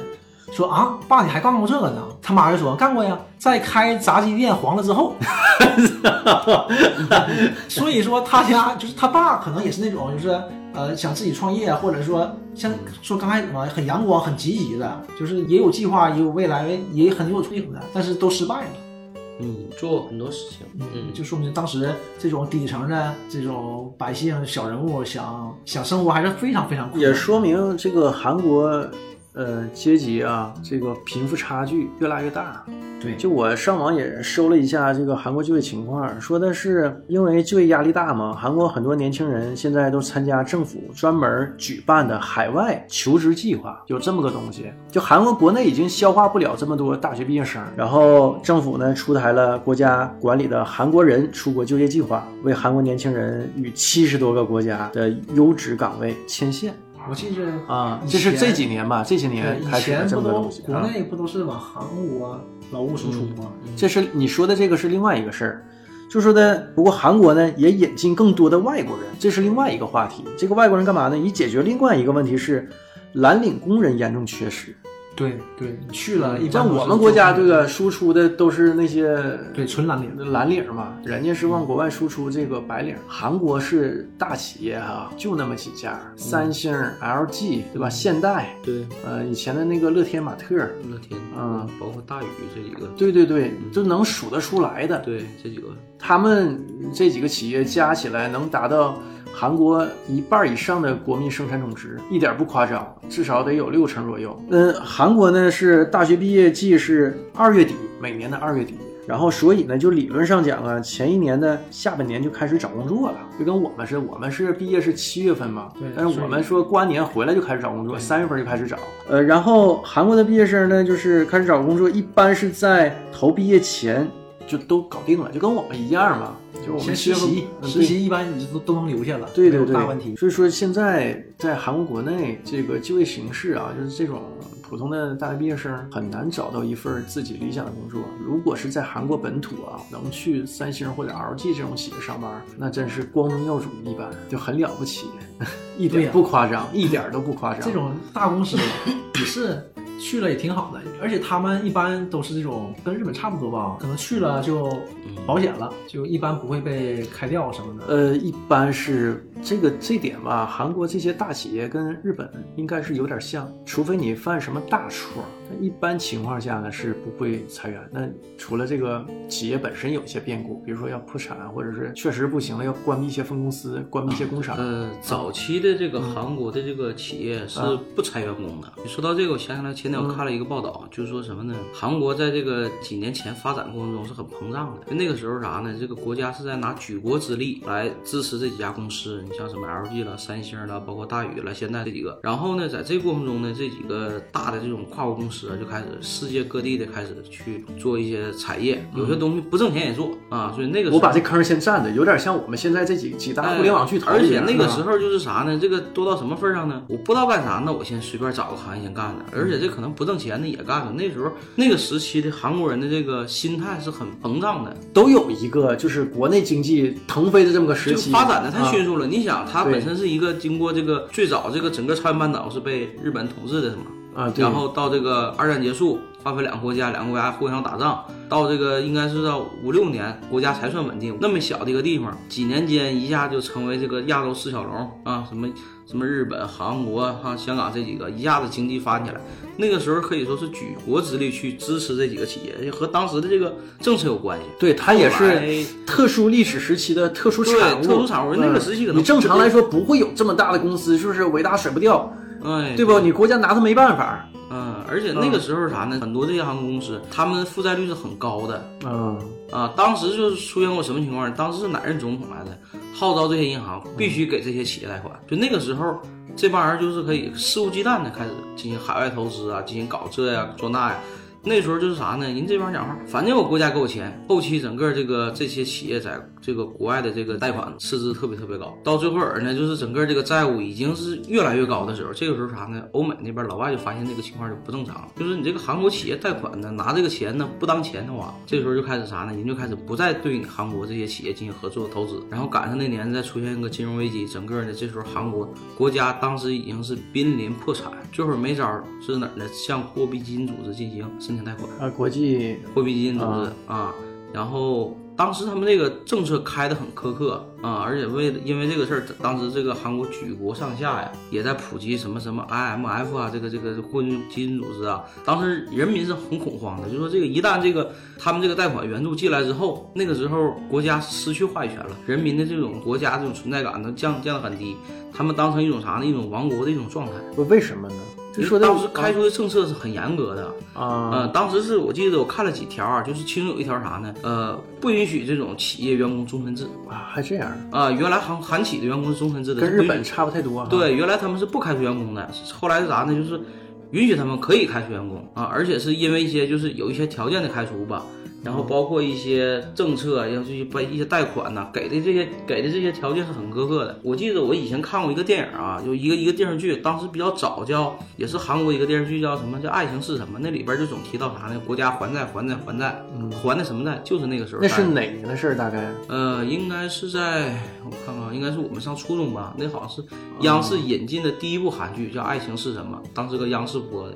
Speaker 3: 说啊，爸你还干过这个呢？他妈就说干过呀，在开炸鸡店黄了 之后，所以说他家就是他爸可能也是那种就是呃想自己创业，或者说像说刚开始嘛很阳光很积极的，就是也有计划也有未来也很有憧憬的，但是都失败了。
Speaker 2: 嗯，做过很多事情，嗯，
Speaker 3: 就说明当时这种底层的这种百姓小人物想想生活还是非常非常困难
Speaker 1: 也
Speaker 3: 的。
Speaker 1: 说明这个韩国。呃，阶级啊，这个贫富差距越拉越大。
Speaker 3: 对，
Speaker 1: 就我上网也搜了一下这个韩国就业情况，说的是因为就业压力大嘛，韩国很多年轻人现在都参加政府专门举办的海外求职计划，有这么个东西。就韩国国内已经消化不了这么多大学毕业生，然后政府呢出台了国家管理的韩国人出国就业计划，为韩国年轻人与七十多个国家的优质岗位牵线
Speaker 3: 我记着
Speaker 1: 啊
Speaker 3: 以前
Speaker 1: 这是这几年吧，这些
Speaker 3: 对
Speaker 1: 年
Speaker 3: 以
Speaker 1: 开始的
Speaker 3: 前
Speaker 1: 这
Speaker 3: 不
Speaker 1: 么个
Speaker 3: 都
Speaker 1: 东西。啊嗯
Speaker 3: 国内不都是往韩国啊劳务输出嘛。
Speaker 1: 这是你说的这个是另外一个事儿，就说的，不过韩国呢也引进更多的外国人，这是另外一个话题。这个外国人干嘛呢？以解决另外一个问题是，蓝领工人严重缺失。
Speaker 3: 对对，你去了，一般
Speaker 1: 像
Speaker 3: 都是
Speaker 1: 我们国家这个输出的都是那些
Speaker 3: 对嗯纯蓝领，
Speaker 1: 蓝领嘛，人家是往国外输出这个白领。韩国是大企业哈、就那么几家，
Speaker 3: 嗯
Speaker 1: 三星、LG 对吧？现代，
Speaker 2: 对，
Speaker 1: 呃，以前的那个乐天玛特，
Speaker 2: 乐天，
Speaker 1: 嗯，
Speaker 2: 包括大宇这几个，
Speaker 1: 对对对，就能数得出来的。
Speaker 2: 对这几个，
Speaker 1: 他们这几个企业加起来能达到韩国一半以上的国民生产总值，一点不夸张，至少得有六成左右。嗯，韩国呢是大学毕业季是二月底，每年的二月底。然后，所以呢，就理论上讲啊，前一年的下半年就开始找工作了，就跟我们似的，我们是毕业是七月份嘛，
Speaker 3: 对
Speaker 1: 但是
Speaker 3: 所
Speaker 1: 我
Speaker 3: 以
Speaker 1: 们说过完年回来就开始找工作，三月份就开始找。呃，然后韩国的毕业生呢，就是开始找工作，一般是在投毕业前就都搞定了，就跟我们一样嘛，就是我们
Speaker 3: 先实习，
Speaker 1: 嗯
Speaker 3: 实习一般你都都能留下了，
Speaker 1: 对
Speaker 3: 没
Speaker 1: 对
Speaker 3: 有
Speaker 1: 对，
Speaker 3: 大问题。
Speaker 1: 所以说现在在韩国国内这个就业形势啊，就是这种普通的大学毕业生很难找到一份自己理想的工作。如果是在韩国本土啊，能去三星或者 LG 这种企业上班，那真是光宗耀祖一般，就很了不起， 一
Speaker 3: 对
Speaker 1: 点
Speaker 3: 呀
Speaker 1: 不夸张，一点都不夸张。
Speaker 3: 这种大公司也是去了也挺好的，而且他们一般都是这种跟日本差不多吧，可能去了就保险了，就一般不会被开掉什么的。
Speaker 1: 嗯呃，一般是这个这点吧，韩国这些大企业跟日本应该是有点像，除非你犯什么大错，但一般情况下呢是不会裁员。那除了这个企业本身有一些变故，比如说要破产，或者是确实不行了要关闭一些分公司、关闭一些工厂，
Speaker 2: 呃，早期的这个韩国的这个企业是
Speaker 1: 啊
Speaker 2: 不裁员工的。你说到这个，我想起来前天
Speaker 1: 嗯
Speaker 2: 我看了一个报道，就是说什么呢？韩国在这个几年前发展过程中是很膨胀的。那个时候啥呢？这个国家是在拿举国之力来支持这几家公司，你像什么 LG 了、三星了，包括大宇了，现在这几个。然后呢，在这过程中呢，这几个大的这种跨国公司啊就开始世界各地的开始去做一些产业，有些东西不挣钱也做啊。所以那个时候
Speaker 1: 我把这坑先占着，有点像我们现在这几几大互联网巨头
Speaker 2: 哎而
Speaker 1: 一
Speaker 2: 且
Speaker 1: 样啊。
Speaker 2: 那个时候就是啥呢？这个多到什么份儿上呢？我不知道干啥，那我先随便找个行业先干着，而且这可能不挣钱的也干着。那时候那个时期的韩国人的这个心态是很膨胀的，
Speaker 1: 都有一个就是国内经济腾飞的这么个时
Speaker 2: 就
Speaker 1: 期，
Speaker 2: 发展的太
Speaker 1: 啊
Speaker 2: 迅速了。你想，它
Speaker 1: 对
Speaker 2: 本身是一个经过这个最早这个整个朝鲜半岛是被日本统治的，是吗？
Speaker 1: 啊，对
Speaker 2: 然后到这个二战结束，发分两个国家，两个国家互相打仗，到这个应该是到五六年，国家才算稳定。那么小的一个地方，几年间一下就成为这个亚洲四小龙啊，什么什么日本、韩国、哈、香港这几个，一下子经济发展起来。那个时候可以说是举国之力去支持这几个企业，也和当时的这个政策有关系。
Speaker 1: 对，它也
Speaker 2: 后
Speaker 1: 是
Speaker 2: 来
Speaker 1: 特殊历史时期的特殊产物，
Speaker 2: 对特殊产物那个时期可能
Speaker 1: 嗯你正常来说不会有这么大的公司，就是伟大甩不掉，
Speaker 2: 哎，
Speaker 1: 对不？你国家拿它没办法。
Speaker 2: 嗯，而且那个时候啥呢？很多这些航空公司，他们负债率是很高的，
Speaker 1: 嗯，
Speaker 2: 啊，当时就是出现过什么情况？当时是哪任总统来的，号召这些银行必须给这些企业贷款。就那个时候，这帮人就是可以肆无忌惮的开始进行海外投资啊，进行搞这呀、做那呀。那时候就是啥呢？人这帮人讲话，反正我国家给我钱，后期整个这个这些企业在这个国外的这个贷款赤字特别特别高，到最后儿呢，就是整个这个债务已经是越来越高的时候，这个时候啥呢？欧美那边老外就发现这个情况就不正常了，就是你这个韩国企业贷款呢，拿这个钱呢不当钱的话，这时候就开始啥呢？人就开始不再对你韩国这些企业进行合作投资，然后赶上那年再出现一个金融危机，整个呢这时候韩国国家当时已经是濒临破产，最后没招儿是哪儿呢？向货币基金组织进行申请贷款。
Speaker 1: 啊，国际
Speaker 2: 货币基金组织啊。然后当时他们这个政策开得很苛刻啊，而且为了因为这个事儿，当时这个韩国举国上下呀也在普及什么什么 IMF 啊，这个这个货币基金组织啊，当时人民是很恐慌的，就说这个一旦这个他们这个贷款援助进来之后，那个时候国家失去话语权了，人民的这种国家这种存在感都降降得很低，他们当成一种啥呢？一种亡国的一种状态。
Speaker 1: 不为什么呢？就说的
Speaker 2: 当时开出的政策是很严格的，
Speaker 1: 啊
Speaker 2: 呃，当时是我记得我看了几条啊，就是其中有一条啥呢？呃，不允许这种企业员工终身制
Speaker 1: 啊，还这样，
Speaker 2: 啊、原来韩韩企的员工是终身制的，
Speaker 1: 跟日
Speaker 2: 是不允
Speaker 1: 本差不太多。，
Speaker 2: 对，原来他们是不开除员工的，后来是啥呢？就是允许他们可以开除员工啊，而且是因为一些就是有一些条件的开除吧。然
Speaker 1: 嗯
Speaker 2: 后包括一些政策，啊要去把一些贷款呐、给的这些给的这些条件是很苛刻的。我记得我以前看过一个电影啊，就一个一个电视剧，当时比较早叫，也是韩国一个电视剧叫什么叫《爱情是什么》，那里边就总提到啥呢？国家还债还债还债，还的什么债？就是那个时
Speaker 1: 嗯
Speaker 2: 候
Speaker 1: 那
Speaker 2: 贷的。
Speaker 1: 是哪年的事儿？大概
Speaker 2: 呃，应该是在我看看，应该是我们上初中吧，那好像是
Speaker 1: 哦
Speaker 2: 央视引进的第一部韩剧，叫《爱情是什么》，当时搁央视播的，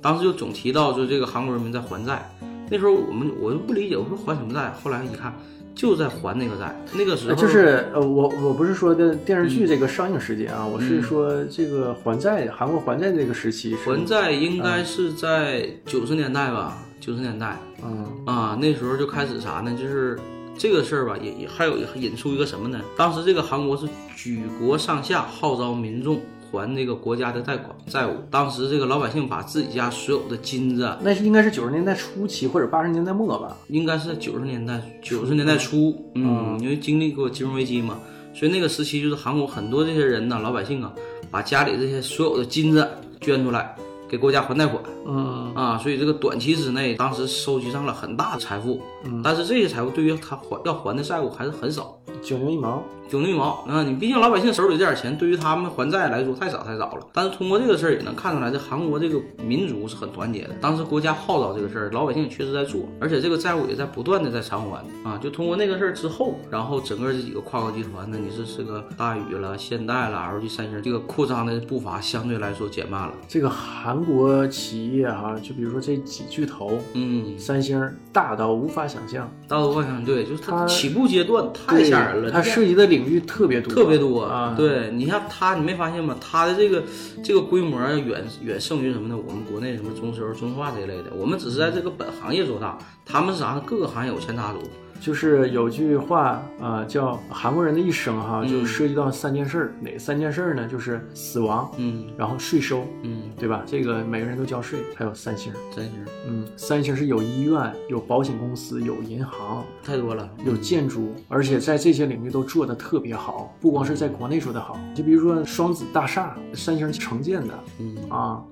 Speaker 2: 当时就总提到就是这个韩国人民在还债，那时候我们我就不理解，我说还什么债？后来一看，就在还那个债，那个时候嗯
Speaker 1: 呃就是呃，我我不是说的电视剧这个上映时间啊，我是说这个还债，韩国还债这个时期是
Speaker 2: 还债应该是在九十年代吧，九十年代
Speaker 1: 嗯
Speaker 2: 啊，那时候就开始啥呢？就是这个事儿吧，也也还有引出一个什么呢？当时这个韩国是举国上下号召民众还这个国家的贷款债务。当时这个老百姓把自己家所有的金子，啊
Speaker 1: 那是应该是九十年代初期或者八十年代末吧。
Speaker 2: 应该是在九十年代九十年代初，嗯，因为经历过金融危机嘛，所以那个时期就是韩国很多这些人呐，老百姓啊，把家里这些所有的金子捐出来给国家还贷款。
Speaker 1: 嗯，
Speaker 2: 啊，所以这个短期之内，当时收集上了很大的财富，但是这些财富对于他还要还的债务还是很少，
Speaker 1: 九牛一毛。
Speaker 2: 九牛一毛啊！你毕竟老百姓手里这点钱，对于他们还债来说太少太少了。但是通过这个事儿也能看出来，这韩国这个民族是很团结的。当时国家号召这个事儿，老百姓也确实在做，而且这个债务也在不断的在偿还啊！就通过那个事儿之后，然后整个这几个跨国集团呢，你是这个大宇了、现代了、LG 三星，这个扩张的步伐相对来说减慢了。
Speaker 1: 这个韩国企业哈、就比如说这几巨头，
Speaker 2: 嗯，
Speaker 1: 三星大到无法想象，
Speaker 2: 大头幻想对，就是它
Speaker 1: 它
Speaker 2: 起步阶段太吓人了，
Speaker 1: 它涉及的领域特别多，
Speaker 2: 特别多
Speaker 1: 啊。，
Speaker 2: 对你像它，你没发现吗？它的这个这个规模啊远远胜于什么呢？我们国内什么中石油、中石化这一类的，我们只是在这个本行业做大，他们是啥呢？各个行业有前插足。
Speaker 1: 就是有句话啊、叫韩国人的一生哈、
Speaker 2: 嗯
Speaker 1: 就涉及到三件事儿，哪三件事儿呢？就是死亡，
Speaker 2: 嗯
Speaker 1: 然后税收，
Speaker 2: 嗯，
Speaker 1: 对吧？这个每个人都交税，还有三星，
Speaker 2: 真是
Speaker 1: 嗯，三星是有医院、有保险公司、有银行、
Speaker 2: 太多了。
Speaker 1: 有建筑，而且在这些领域都做得特别好，不光是在国内做得好，就比如说双子大厦，三星承建的
Speaker 2: 嗯，
Speaker 1: 啊，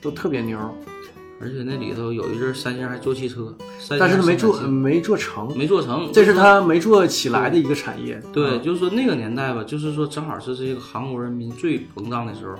Speaker 1: 都特别牛，
Speaker 2: 而且那里头有一阵儿三星还做汽车，三星
Speaker 1: 但是
Speaker 2: 还
Speaker 1: 他没做
Speaker 2: 汽车
Speaker 1: 没做成，
Speaker 2: 没做成，
Speaker 1: 这是啊他没做起来的一个产业。
Speaker 2: 对，就是说那个年代吧，就是说正好是这个韩国人民最膨胀的时候，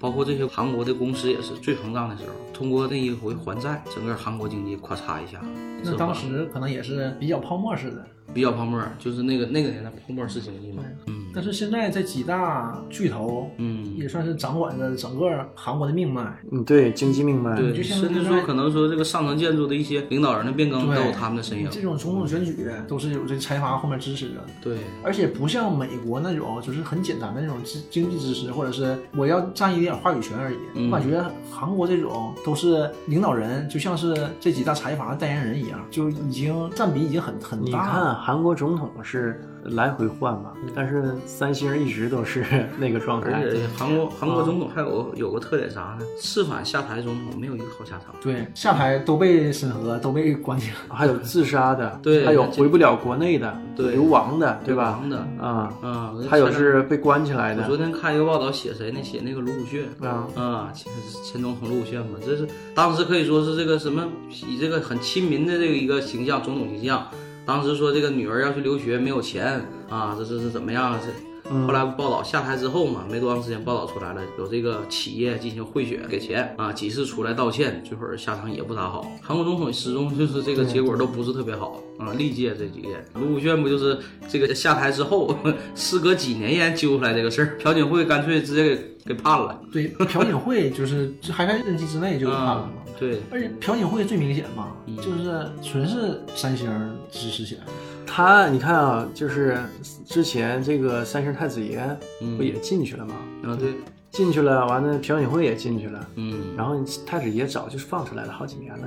Speaker 2: 包括这些韩国的公司也是最膨胀的时候。通过那一回还债，整个韩国经济咔嚓一下，
Speaker 3: 那
Speaker 2: 是
Speaker 3: 当
Speaker 2: 吧
Speaker 3: 时可能也是比较泡沫式的，
Speaker 2: 比较泡沫，就是那个那个年代泡沫式经济嘛。嗯
Speaker 3: 但是现在这几大巨头
Speaker 2: 嗯，
Speaker 3: 也算是掌管着整个韩国的命脉。
Speaker 1: 嗯，对，经济命脉。
Speaker 2: 对，
Speaker 3: 就像
Speaker 2: 甚至
Speaker 3: 现
Speaker 2: 说
Speaker 3: 在
Speaker 2: 可能说这个上层建筑的一些领导人的变更都
Speaker 3: 对
Speaker 2: 有他们的身影。
Speaker 3: 这种种种选举都是有这财阀后面支持的，
Speaker 2: 对，
Speaker 3: 而且不像美国那种就是很简单的那种经经济支持，或者是我要占一点话语权而已。
Speaker 2: 嗯
Speaker 3: 我感觉韩国这种都是领导人，就像是这几大财阀代言人一样，就已经占比已经很很
Speaker 1: 你
Speaker 3: 大了。
Speaker 1: 看啊韩国总统是来回换嘛，但是三星一直都是 那个状态
Speaker 2: 嗯而。且韩国韩国总统还有有个特点啥呢？刺反下台总统没有一个好下场。
Speaker 3: 对，下台都被审核，都被关起来。
Speaker 1: 还有自杀的，
Speaker 2: 对
Speaker 1: 还有回不了国内的，
Speaker 2: 对
Speaker 1: 流亡的，对吧？
Speaker 2: 王的
Speaker 1: 啊、
Speaker 2: 啊，我
Speaker 1: 还有
Speaker 2: 前两
Speaker 1: 是被关起来
Speaker 2: 我昨
Speaker 1: 的，
Speaker 2: 天看一个报道，写谁呢？写那个卢武铉
Speaker 1: 啊
Speaker 2: 啊，前前总统卢武铉嘛，这是当时可以说是这个什么，以这个很亲民的这个一个形象，总统形象。当时说这个女儿要去留学没有钱啊，这这这怎么样？这后来报道下台之后嘛，没多长时间报道出来了，有这个企业进行贿选给钱啊，几次出来道歉，最后下场也不咋好。韩国总统始终就是这个结果都不是特别好啊，历届这几届卢武铉不就是这个下台之后， 事隔几年依然揪出来这个事儿，朴槿惠干脆直接给给判了。
Speaker 3: 对，朴槿惠就是还在任期之内就
Speaker 1: 啊
Speaker 3: 给判了嘛。
Speaker 2: 啊对，
Speaker 3: 而且朴槿惠最明显嘛，
Speaker 1: 嗯
Speaker 3: 就是纯是三星支持起来的。
Speaker 1: 他你看啊，就是之前这个三星太子爷
Speaker 2: 嗯
Speaker 1: 不也进去了吗？
Speaker 2: 啊对，
Speaker 1: 进去了，完了朴槿惠也进去了，
Speaker 2: 嗯，
Speaker 1: 然后太子爷早就放出来了好几年了，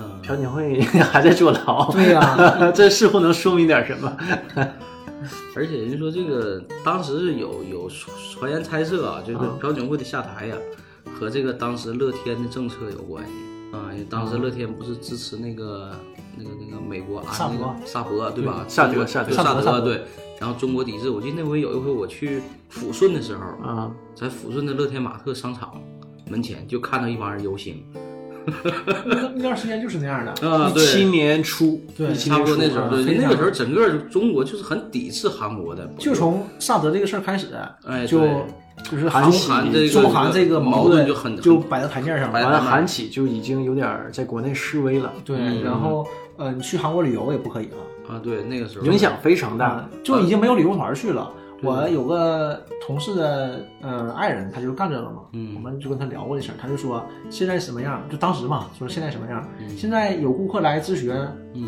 Speaker 2: 啊，
Speaker 1: 朴槿惠还在坐 牢。
Speaker 3: 对呀
Speaker 1: 这似乎能说明点什么。
Speaker 2: 而且人家说这个当时是有有传言猜测啊，就是朴槿惠的下台呀、和这个当时乐天的政策有关系啊，因为当时乐天不是支持那个那个那个美国啊
Speaker 3: 萨博
Speaker 2: 那个萨博对吧？
Speaker 1: 萨德
Speaker 2: 中国
Speaker 1: 萨德
Speaker 2: 对
Speaker 1: 萨
Speaker 2: 萨
Speaker 1: 德
Speaker 2: 德对。然后中国抵制，我记得那回有一回我去抚顺的时候，
Speaker 1: 啊，
Speaker 2: 在抚顺的乐天玛特商场门前就看到一帮人游行，
Speaker 3: 那那段时间就是那样的。
Speaker 2: 啊，
Speaker 1: 一七
Speaker 2: 对，
Speaker 1: 年初，
Speaker 3: 对
Speaker 1: 一七
Speaker 2: 差
Speaker 1: 年
Speaker 2: 不多
Speaker 1: 初
Speaker 2: 那时候，
Speaker 1: 啊
Speaker 2: 对，
Speaker 3: 非
Speaker 2: 那
Speaker 3: 常
Speaker 2: 个时候整个中国就是很抵制韩国的，
Speaker 3: 就从萨德这个事儿开始，
Speaker 2: 哎
Speaker 3: 就
Speaker 2: 对
Speaker 3: 就是
Speaker 1: 中
Speaker 3: 韩
Speaker 1: 韩
Speaker 2: 这个
Speaker 3: 中韩这个
Speaker 2: 矛盾
Speaker 3: 盾
Speaker 2: 就很
Speaker 3: 就摆到台面上
Speaker 2: 摆
Speaker 1: 完
Speaker 3: 了。
Speaker 1: 了韩企就已经有点儿在国内示威了，
Speaker 3: 对，
Speaker 2: 嗯
Speaker 3: 然后呃，你去韩国旅游也不可以了。
Speaker 2: 啊，对，嗯那个时候
Speaker 1: 影响非常大
Speaker 3: 那。啊就已经没有旅游团去了。我有个同事的呃爱人，他就是干这个嘛，
Speaker 2: 嗯
Speaker 3: 我们就跟他聊过这事儿，他就说现在什么样，就当时嘛，说现在什么样，
Speaker 2: 嗯
Speaker 3: 现在有顾客来咨询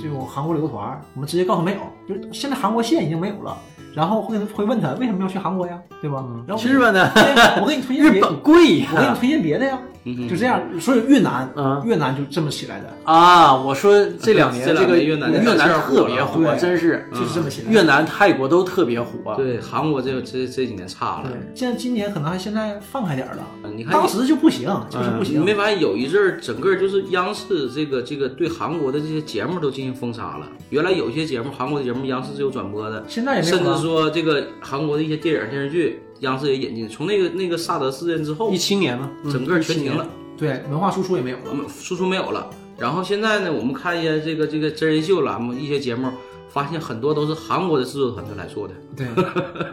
Speaker 3: 这种韩国旅游团，我们直接告诉没有，就是现在韩国线已经没有了，然后会会问他为什么要去韩国呀，对吧？然后
Speaker 1: 去日本呢，
Speaker 3: 对我给你推 荐
Speaker 1: 日
Speaker 3: 别，
Speaker 1: 本贵
Speaker 3: 我给你
Speaker 1: 呀
Speaker 3: 推荐别的呀，
Speaker 2: 嗯
Speaker 3: 就这样，所以越南
Speaker 1: 嗯
Speaker 3: 越南就这么起来的，
Speaker 1: 啊！我说这两年
Speaker 2: 这两
Speaker 1: 个
Speaker 2: 年越
Speaker 1: 越
Speaker 2: 南
Speaker 1: 特
Speaker 2: 啊
Speaker 1: 别
Speaker 3: 火
Speaker 1: 火，
Speaker 3: 了
Speaker 1: 真是
Speaker 3: 就是这么起来
Speaker 1: 嗯
Speaker 3: 的。
Speaker 1: 越南、泰国都特别火。
Speaker 2: 对韩国这这这几年差了
Speaker 3: 对。，现在今年可能还现在放开点儿了，
Speaker 2: 你看嗯
Speaker 3: 当时就不行，就是不
Speaker 2: 你
Speaker 3: 行。
Speaker 2: 没发现有一阵儿，整个就是央视这个这个对韩国的这些节目都进行封杀了。原来有一些节目，韩国的节目央视是有转播的，
Speaker 3: 现在也没有啊
Speaker 2: 甚
Speaker 3: 了
Speaker 2: 至说这个韩国的一些电影电视剧，央视也引进。从那个那个萨德事件之后
Speaker 1: 一，七年嘛，嗯
Speaker 2: 整个全停了，
Speaker 3: 对文化输出也没有了。
Speaker 2: 嗯输出没有了。然后现在呢，我们看一些这个这个真人秀栏目一些节目，发现很多都是韩国的制作团队来做的，
Speaker 3: 对，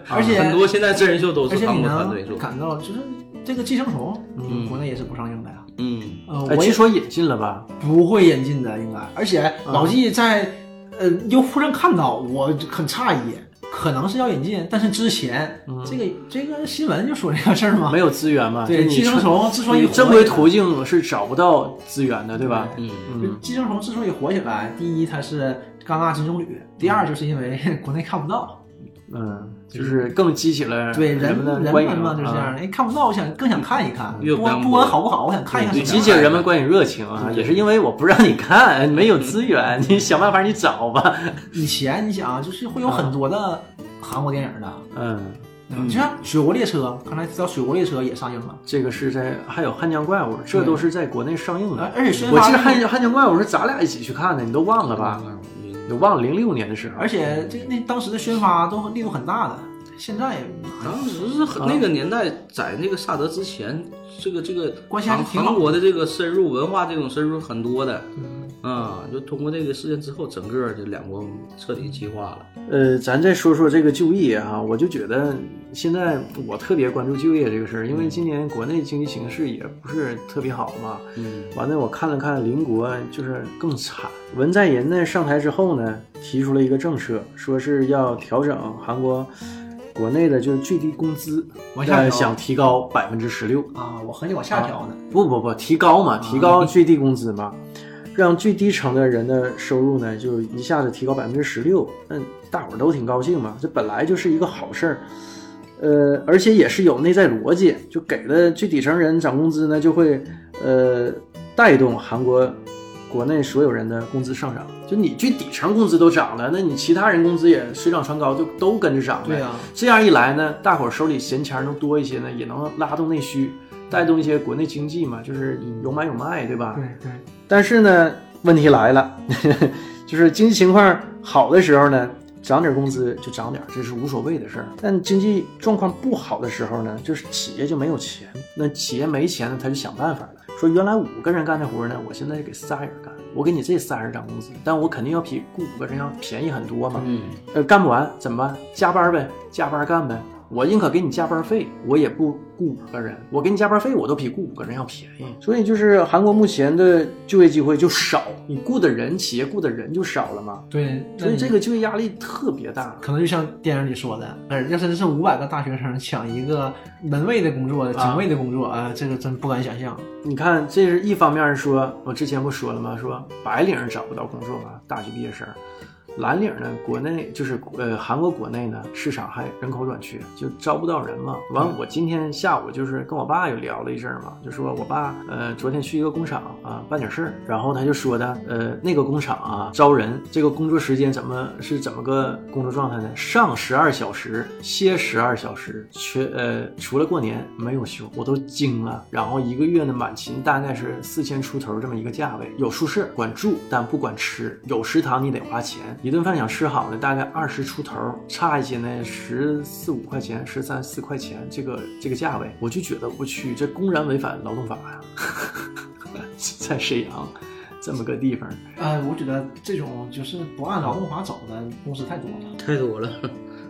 Speaker 3: 而且
Speaker 2: 很多现在真人秀都
Speaker 3: 而
Speaker 2: 是
Speaker 3: 且
Speaker 2: 韩
Speaker 3: 你
Speaker 2: 国团队
Speaker 3: 能
Speaker 2: 做。
Speaker 3: 感到就是这个寄生虫，嗯，国内也是不上映的呀。
Speaker 2: 嗯，
Speaker 3: 呃，
Speaker 1: 哎，
Speaker 3: 我
Speaker 1: 据
Speaker 3: 也
Speaker 1: 说引进了吧？
Speaker 3: 不会引进的，应该。而且老纪在呃优酷上看到，我很诧异，可能是要引进，但是之前这个这个新闻就说这个事儿嘛
Speaker 1: 没。有资源嘛？
Speaker 3: 啊对
Speaker 1: 就你
Speaker 3: 寄生虫之所以
Speaker 1: 你
Speaker 3: 火
Speaker 1: 正规途径是找不到资源的，对吧？
Speaker 2: 嗯
Speaker 3: 就寄生虫之所以火起来，第一它是戛纳金棕榈，第二就是因为国内看不到。
Speaker 1: 嗯，就是更激起了
Speaker 3: 对人
Speaker 1: 嗯们
Speaker 3: 人
Speaker 1: 的观影
Speaker 3: 们嘛就是这样，
Speaker 1: 啊
Speaker 3: 哎，看不到，我想更想看一看，
Speaker 2: 越
Speaker 3: 不
Speaker 2: 不让
Speaker 3: 管不管好不好，我想看一看
Speaker 1: 对
Speaker 3: 什
Speaker 1: 激
Speaker 3: 么
Speaker 1: 起
Speaker 3: 样。
Speaker 1: 人们观影热情啊，也是因为我不让你看， 没有资源，你想办法你找吧。
Speaker 3: 以前你想啊，就是会有很多的韩国电影的，
Speaker 1: 嗯，
Speaker 3: 对吧你像《水国列车》，刚才提到《水国列车》也上映了，
Speaker 1: 这个是在还有《汉江怪物》，这都是在国内上映
Speaker 3: 而
Speaker 1: 的。
Speaker 3: 而且啊宣
Speaker 1: 嗯我
Speaker 3: 发嗯
Speaker 1: 记得《汉江汉江怪物》是咱俩一起去看的，你都忘了吧？你忘了零六年的时候
Speaker 3: 而，且这那当时的宣发都很力度很大的，现在也
Speaker 2: 当时是很那个年代，在那个萨德之前，这个这个
Speaker 3: 关系还
Speaker 2: 韩
Speaker 3: 是挺好嗯
Speaker 2: 韩国的这个深入文化这种深入很多的，啊、就通过这个事件之后，整个这两国彻底激化了。
Speaker 1: 呃，咱再说说这个就业啊，我就觉得现在我特别关注就业这个事儿，因
Speaker 3: 嗯
Speaker 1: 为今年国内经济形势也不是特别好嘛。
Speaker 2: 嗯
Speaker 1: 完了，我看了看邻国，就是更惨。文在寅呢上台之后呢，提出了一个政策，说是要调整韩国国内的就是最低工资，
Speaker 3: 往下
Speaker 1: 呃
Speaker 3: 调
Speaker 1: 想提高百分之十六。
Speaker 3: 啊，我合计往下调呢，
Speaker 1: 不不不，提高嘛，提高最低工资嘛，让最低层的人的收入呢，就一下子提高百分之十六，那大伙儿都挺高兴嘛，这本来就是一个好事儿，呃，而且也是有内在逻辑，就给了最底层人涨工资呢，就会呃带动韩国。国内所有人的工资上涨，就你最底层工资都涨了，那你其他人工资也水涨船高，就都跟着涨呗。
Speaker 3: 对呀、啊
Speaker 1: 这样一来呢，大伙儿手里闲钱儿能多一些呢，也能拉动内需，带动一些国内经济嘛，就是有买有卖，对吧？
Speaker 3: 对对，
Speaker 1: 但是呢，问题来了， 就是经济情况好的时候呢，涨点儿工资就涨点儿，这是无所谓的事儿。但经济状况不好的时候呢，就是企业就没有钱，那企业没钱呢，他就想办法了。说原来五个人干这活儿呢，我现在就给仨人干，我给你这仨人涨工资，但我肯定要比雇五个人要便宜很多嘛。
Speaker 2: 嗯，
Speaker 1: 呃，干不完怎么办？加班呗，加班干呗。我宁可给你加班费，我也不雇五个人。我给你加班费，我都比雇五个人要便宜。所以就是韩国目前的就业机会就少，你雇的人，企业雇的人就少了嘛。
Speaker 3: 对，
Speaker 1: 所以
Speaker 3: 那
Speaker 1: 这
Speaker 3: 你
Speaker 1: 个就业压力特别大。
Speaker 3: 可能就像电影里说的，呃，要真是五百个大学生抢一个门卫的工作、警卫的工作，啊、这个真不敢想象。
Speaker 1: 你看，这是一方面是说，我之前不说了吗？说白领找不到工作嘛，大学毕业生。蓝领呢，国内就是呃韩国国内呢，市场还人口短缺，就招不到人嘛。完，我今天下午就是跟我爸又聊了一阵儿嘛，就说我爸呃昨天去一个工厂啊办点事儿，然后他就说的呃那个工厂啊招人，这个工作时间怎么是怎么个工作状态呢？上十二小时，歇十二小时，全呃除了过年没有休，我都惊了。然后一个月呢满勤大概是四千出头这么一个价位，有宿舍管住，但不管吃，有食堂你得花钱，一顿饭想吃好呢大概二十出头，差一些呢十四五块钱，十三四块钱这个这个价位，我就觉得我去这公然违反劳动法呀、 在沈阳这么个地方。
Speaker 3: 哎，我觉得这种就是不按劳动法走的公司太多了。
Speaker 2: 太多了，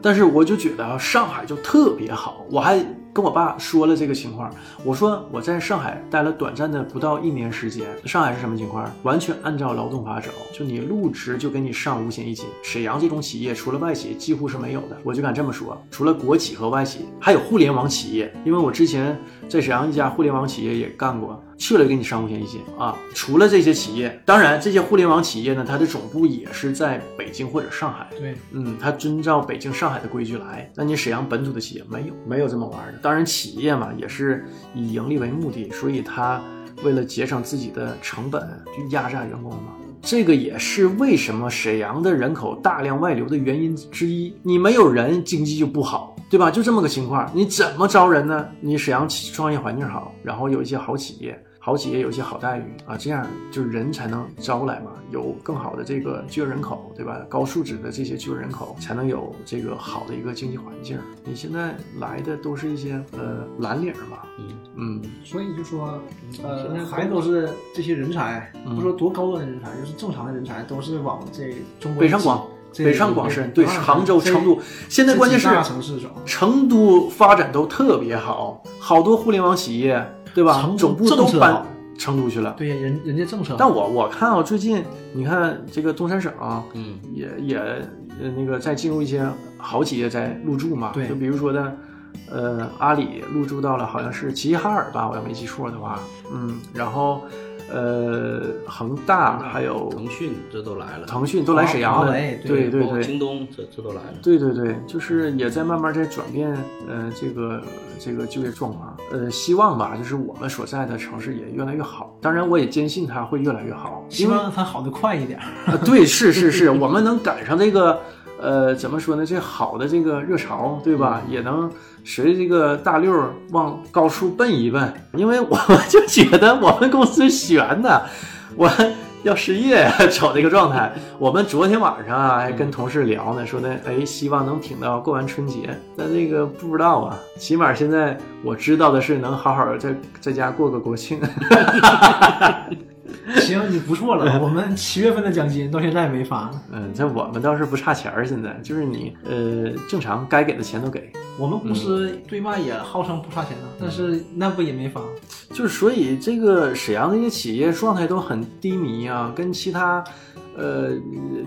Speaker 1: 但是我就觉得啊，上海就特别好。我还跟我爸说了这个情况，我说我在上海待了短暂的不到一年时间，上海是什么情况？完全按照劳动法走，就你入职就给你上五险一金。沈阳这种企业除了外企几乎是没有的，我就敢这么说，除了国企和外企，还有互联网企业，因为我之前在沈阳一家互联网企业也干过。去了给你上五险一金啊！除了这些企业，当然这些互联网企业呢，它的总部也是在北京或者上海，
Speaker 3: 对，
Speaker 1: 嗯，它遵照北京、上海的规矩来。那你沈阳本土的企业没有，没有这么玩儿的。当然，企业嘛也是以盈利为目的，所以它为了节省自己的成本，去压榨员工嘛。这个也是为什么沈阳的人口大量外流的原因之一。你没有人，经济就不好，对吧？就这么个情况，你怎么招人呢？你沈阳企创业环境好，然后有一些好企业，好企业有一些好待遇啊，这样就人才能招来嘛，有更好的这个就业人口，对吧？高素质的这些就业人口才能有这个好的一个经济环境。你现在来的都是一些呃蓝领嘛，
Speaker 2: 嗯，
Speaker 1: 嗯，
Speaker 3: 所以就说，
Speaker 2: 现在
Speaker 3: 呃，还都是这些人才，
Speaker 1: 嗯
Speaker 3: 不说多高端的人才，就是正常的人才，都是往这中国
Speaker 1: 北上广。
Speaker 3: 这
Speaker 1: 北上广深对杭州、成都，，现
Speaker 3: 现
Speaker 1: 在关键是
Speaker 3: 大城市走，
Speaker 1: 成都发展都特别好，好多互联网企业，对吧
Speaker 3: 成？都
Speaker 1: 总部都
Speaker 3: 政策
Speaker 1: 搬
Speaker 3: 好
Speaker 1: 成都去了。
Speaker 3: 对呀，人人家政策好，
Speaker 1: 但我我看啊，最近你看这个东三省啊，
Speaker 2: 嗯，
Speaker 1: 也也呃那个在进入一些好企业在入驻嘛，
Speaker 3: 对
Speaker 1: 就比如说呢，呃，阿里入驻到了好像是齐齐哈尔吧，我要没记错的话，嗯，然后呃，恒大还有
Speaker 2: 腾讯这都来了，
Speaker 1: 腾讯都来沈阳
Speaker 3: 华
Speaker 1: 了，
Speaker 3: 为
Speaker 1: 对
Speaker 3: 对
Speaker 1: 对
Speaker 2: 包括
Speaker 1: 对，
Speaker 2: 京东这这都来了，
Speaker 1: 对对对，就是也在慢慢在转变，呃，这个这个就业状况，呃，希望吧，就是我们所在的城市也越来越好。当然，我也坚信它会越来越好，
Speaker 3: 希
Speaker 1: 因为、
Speaker 3: 望它好的快一点。
Speaker 1: 呃对，是是是，我们能赶上这个，呃，怎么说呢？这好的这个热潮，对吧？也能随着这个大溜儿往高处奔一奔，因为我就觉得我们公司悬的，我。要失业， 瞅这个状态。我们昨天晚上啊，还跟同事聊呢，说呢，哎，希望能挺到过完春节。但这个不知道啊，起码现在我知道的是，能好好在在家过个国庆。
Speaker 3: 行，你不 错了，我们七月份的奖金到现在没发呢，
Speaker 1: 嗯，这我们倒是不差钱儿，现在就是你呃，正常该给的钱都给，
Speaker 3: 我们公司
Speaker 1: 嗯
Speaker 3: 对外也号称不差钱呢，但是那不也没发？
Speaker 1: 就是所以这个沈阳的一些企业状态都很低迷啊，跟其他呃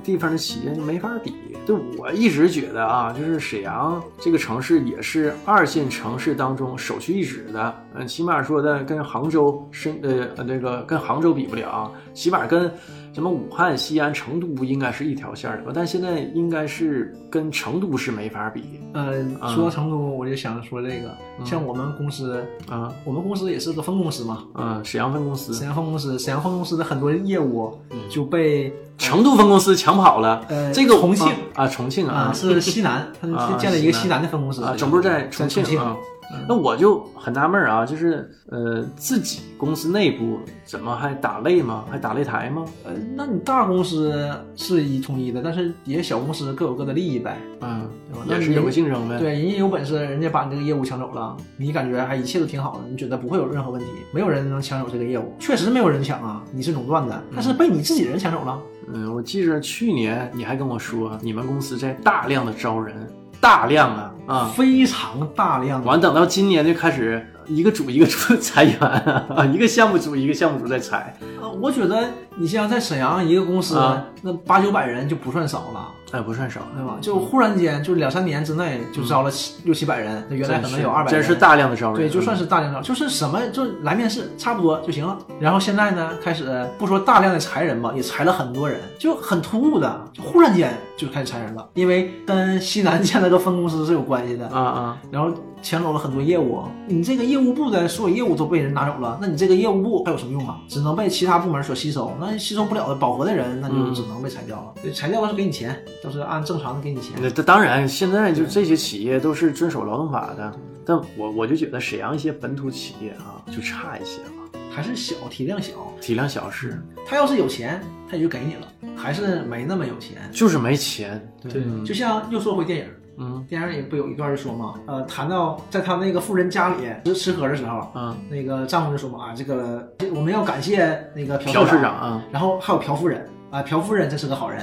Speaker 1: 地方的企业就没法比。对我一直觉得啊，就是沈阳这个城市也是二线城市当中首屈一指的，嗯，起码说的跟杭州深呃呃这个跟杭州比不了啊，起码跟什么武汉、西安、成都不应该是一条线儿的吧？但现在应该是跟成都是没法比
Speaker 3: 呃，说到成都，我就想说这个，
Speaker 1: 嗯
Speaker 3: 像我们公司，
Speaker 1: 啊。
Speaker 3: 我们公司也是个分公司嘛，
Speaker 1: 嗯，沈阳分公司
Speaker 3: 沈，阳分公司，沈阳分公司的很多业务
Speaker 2: 嗯
Speaker 3: 就被
Speaker 1: 成都分公司抢跑了。
Speaker 3: 呃
Speaker 1: 这个
Speaker 3: 重庆
Speaker 1: 啊啊，重庆
Speaker 3: 啊
Speaker 1: 啊
Speaker 3: 是 西南，他们
Speaker 1: 啊
Speaker 3: 建了一个
Speaker 1: 西南
Speaker 3: 西南的分公司
Speaker 1: 啊，总部在重
Speaker 3: 重
Speaker 1: 庆
Speaker 3: 庆
Speaker 1: 啊。
Speaker 3: 嗯
Speaker 1: 那我就很纳闷儿啊，就是呃，自己公司内部怎么还打擂吗？还打擂台吗？
Speaker 3: 呃，那你大公司是一统一的，但是也小公司各有各的利益呗，
Speaker 1: 嗯
Speaker 3: 对吧，？
Speaker 1: 也
Speaker 3: 那
Speaker 1: 是
Speaker 3: 你
Speaker 1: 有个竞争呗。，
Speaker 3: 对，人家有本事，人家把你这个业务抢走了，你感觉还一切都挺好的，你觉得不会有任何问题，没有人能抢走这个业务，确实没有人抢啊，你是垄断的，
Speaker 1: 嗯
Speaker 3: 但是被你自己人抢走了，
Speaker 1: 嗯，我记着去年你还跟我说，你们公司在大量的招人，大量啊啊，
Speaker 3: 非常大量的
Speaker 1: 完等到今年就开始一个组一个组 裁员啊，一个项目组一个项目组在裁。
Speaker 3: 呃，我觉得你像在沈阳一个公司，
Speaker 1: 啊
Speaker 3: 那八九百人就不算少了，
Speaker 1: 哎，不算少，
Speaker 3: 对吧？就忽然间就两三年之内就招了七六七百人，那原来可能有二
Speaker 1: 嗯
Speaker 3: 百，
Speaker 1: 真是大量的招人，嗯
Speaker 3: 对，就算是大量招，就是什么就来面试差不多就行了。然后现在呢，开始不说大量的裁人吧，也裁了很多人，就很突兀的，就忽然间就开始裁人了，因为跟西南建了个分公司是有关系的，
Speaker 1: 啊啊，
Speaker 3: 然后抢走了很多业务，你这个业务部的所有业务都被人拿走了，那你这个业务部还有什么用啊？只能被其他部门所吸收，那吸收不了的饱和的人，那就
Speaker 1: 嗯
Speaker 3: 只能被裁掉了。对裁掉了是给你钱，都是按正常的给你钱。
Speaker 1: 那这当然，现在就这些企业都是遵守劳动法的，但我我就觉得沈阳一些本土企业啊，就差一些了，
Speaker 3: 还是小，体量小。
Speaker 1: 体量小是，
Speaker 3: 他要是有钱，他也就给你了；还是没那么有钱，
Speaker 1: 就是没钱。
Speaker 3: 对，就像又说回电影，
Speaker 1: 嗯
Speaker 3: 电影里不有一段就说嘛，呃，谈到在他那个富人家里吃吃喝的时候，
Speaker 1: 嗯，
Speaker 3: 那个丈夫就说嘛啊，这个我们要感谢那个朴
Speaker 1: 朴市
Speaker 3: 市
Speaker 1: 长，啊，
Speaker 3: 然后还有朴夫人啊，朴夫人真是个好人，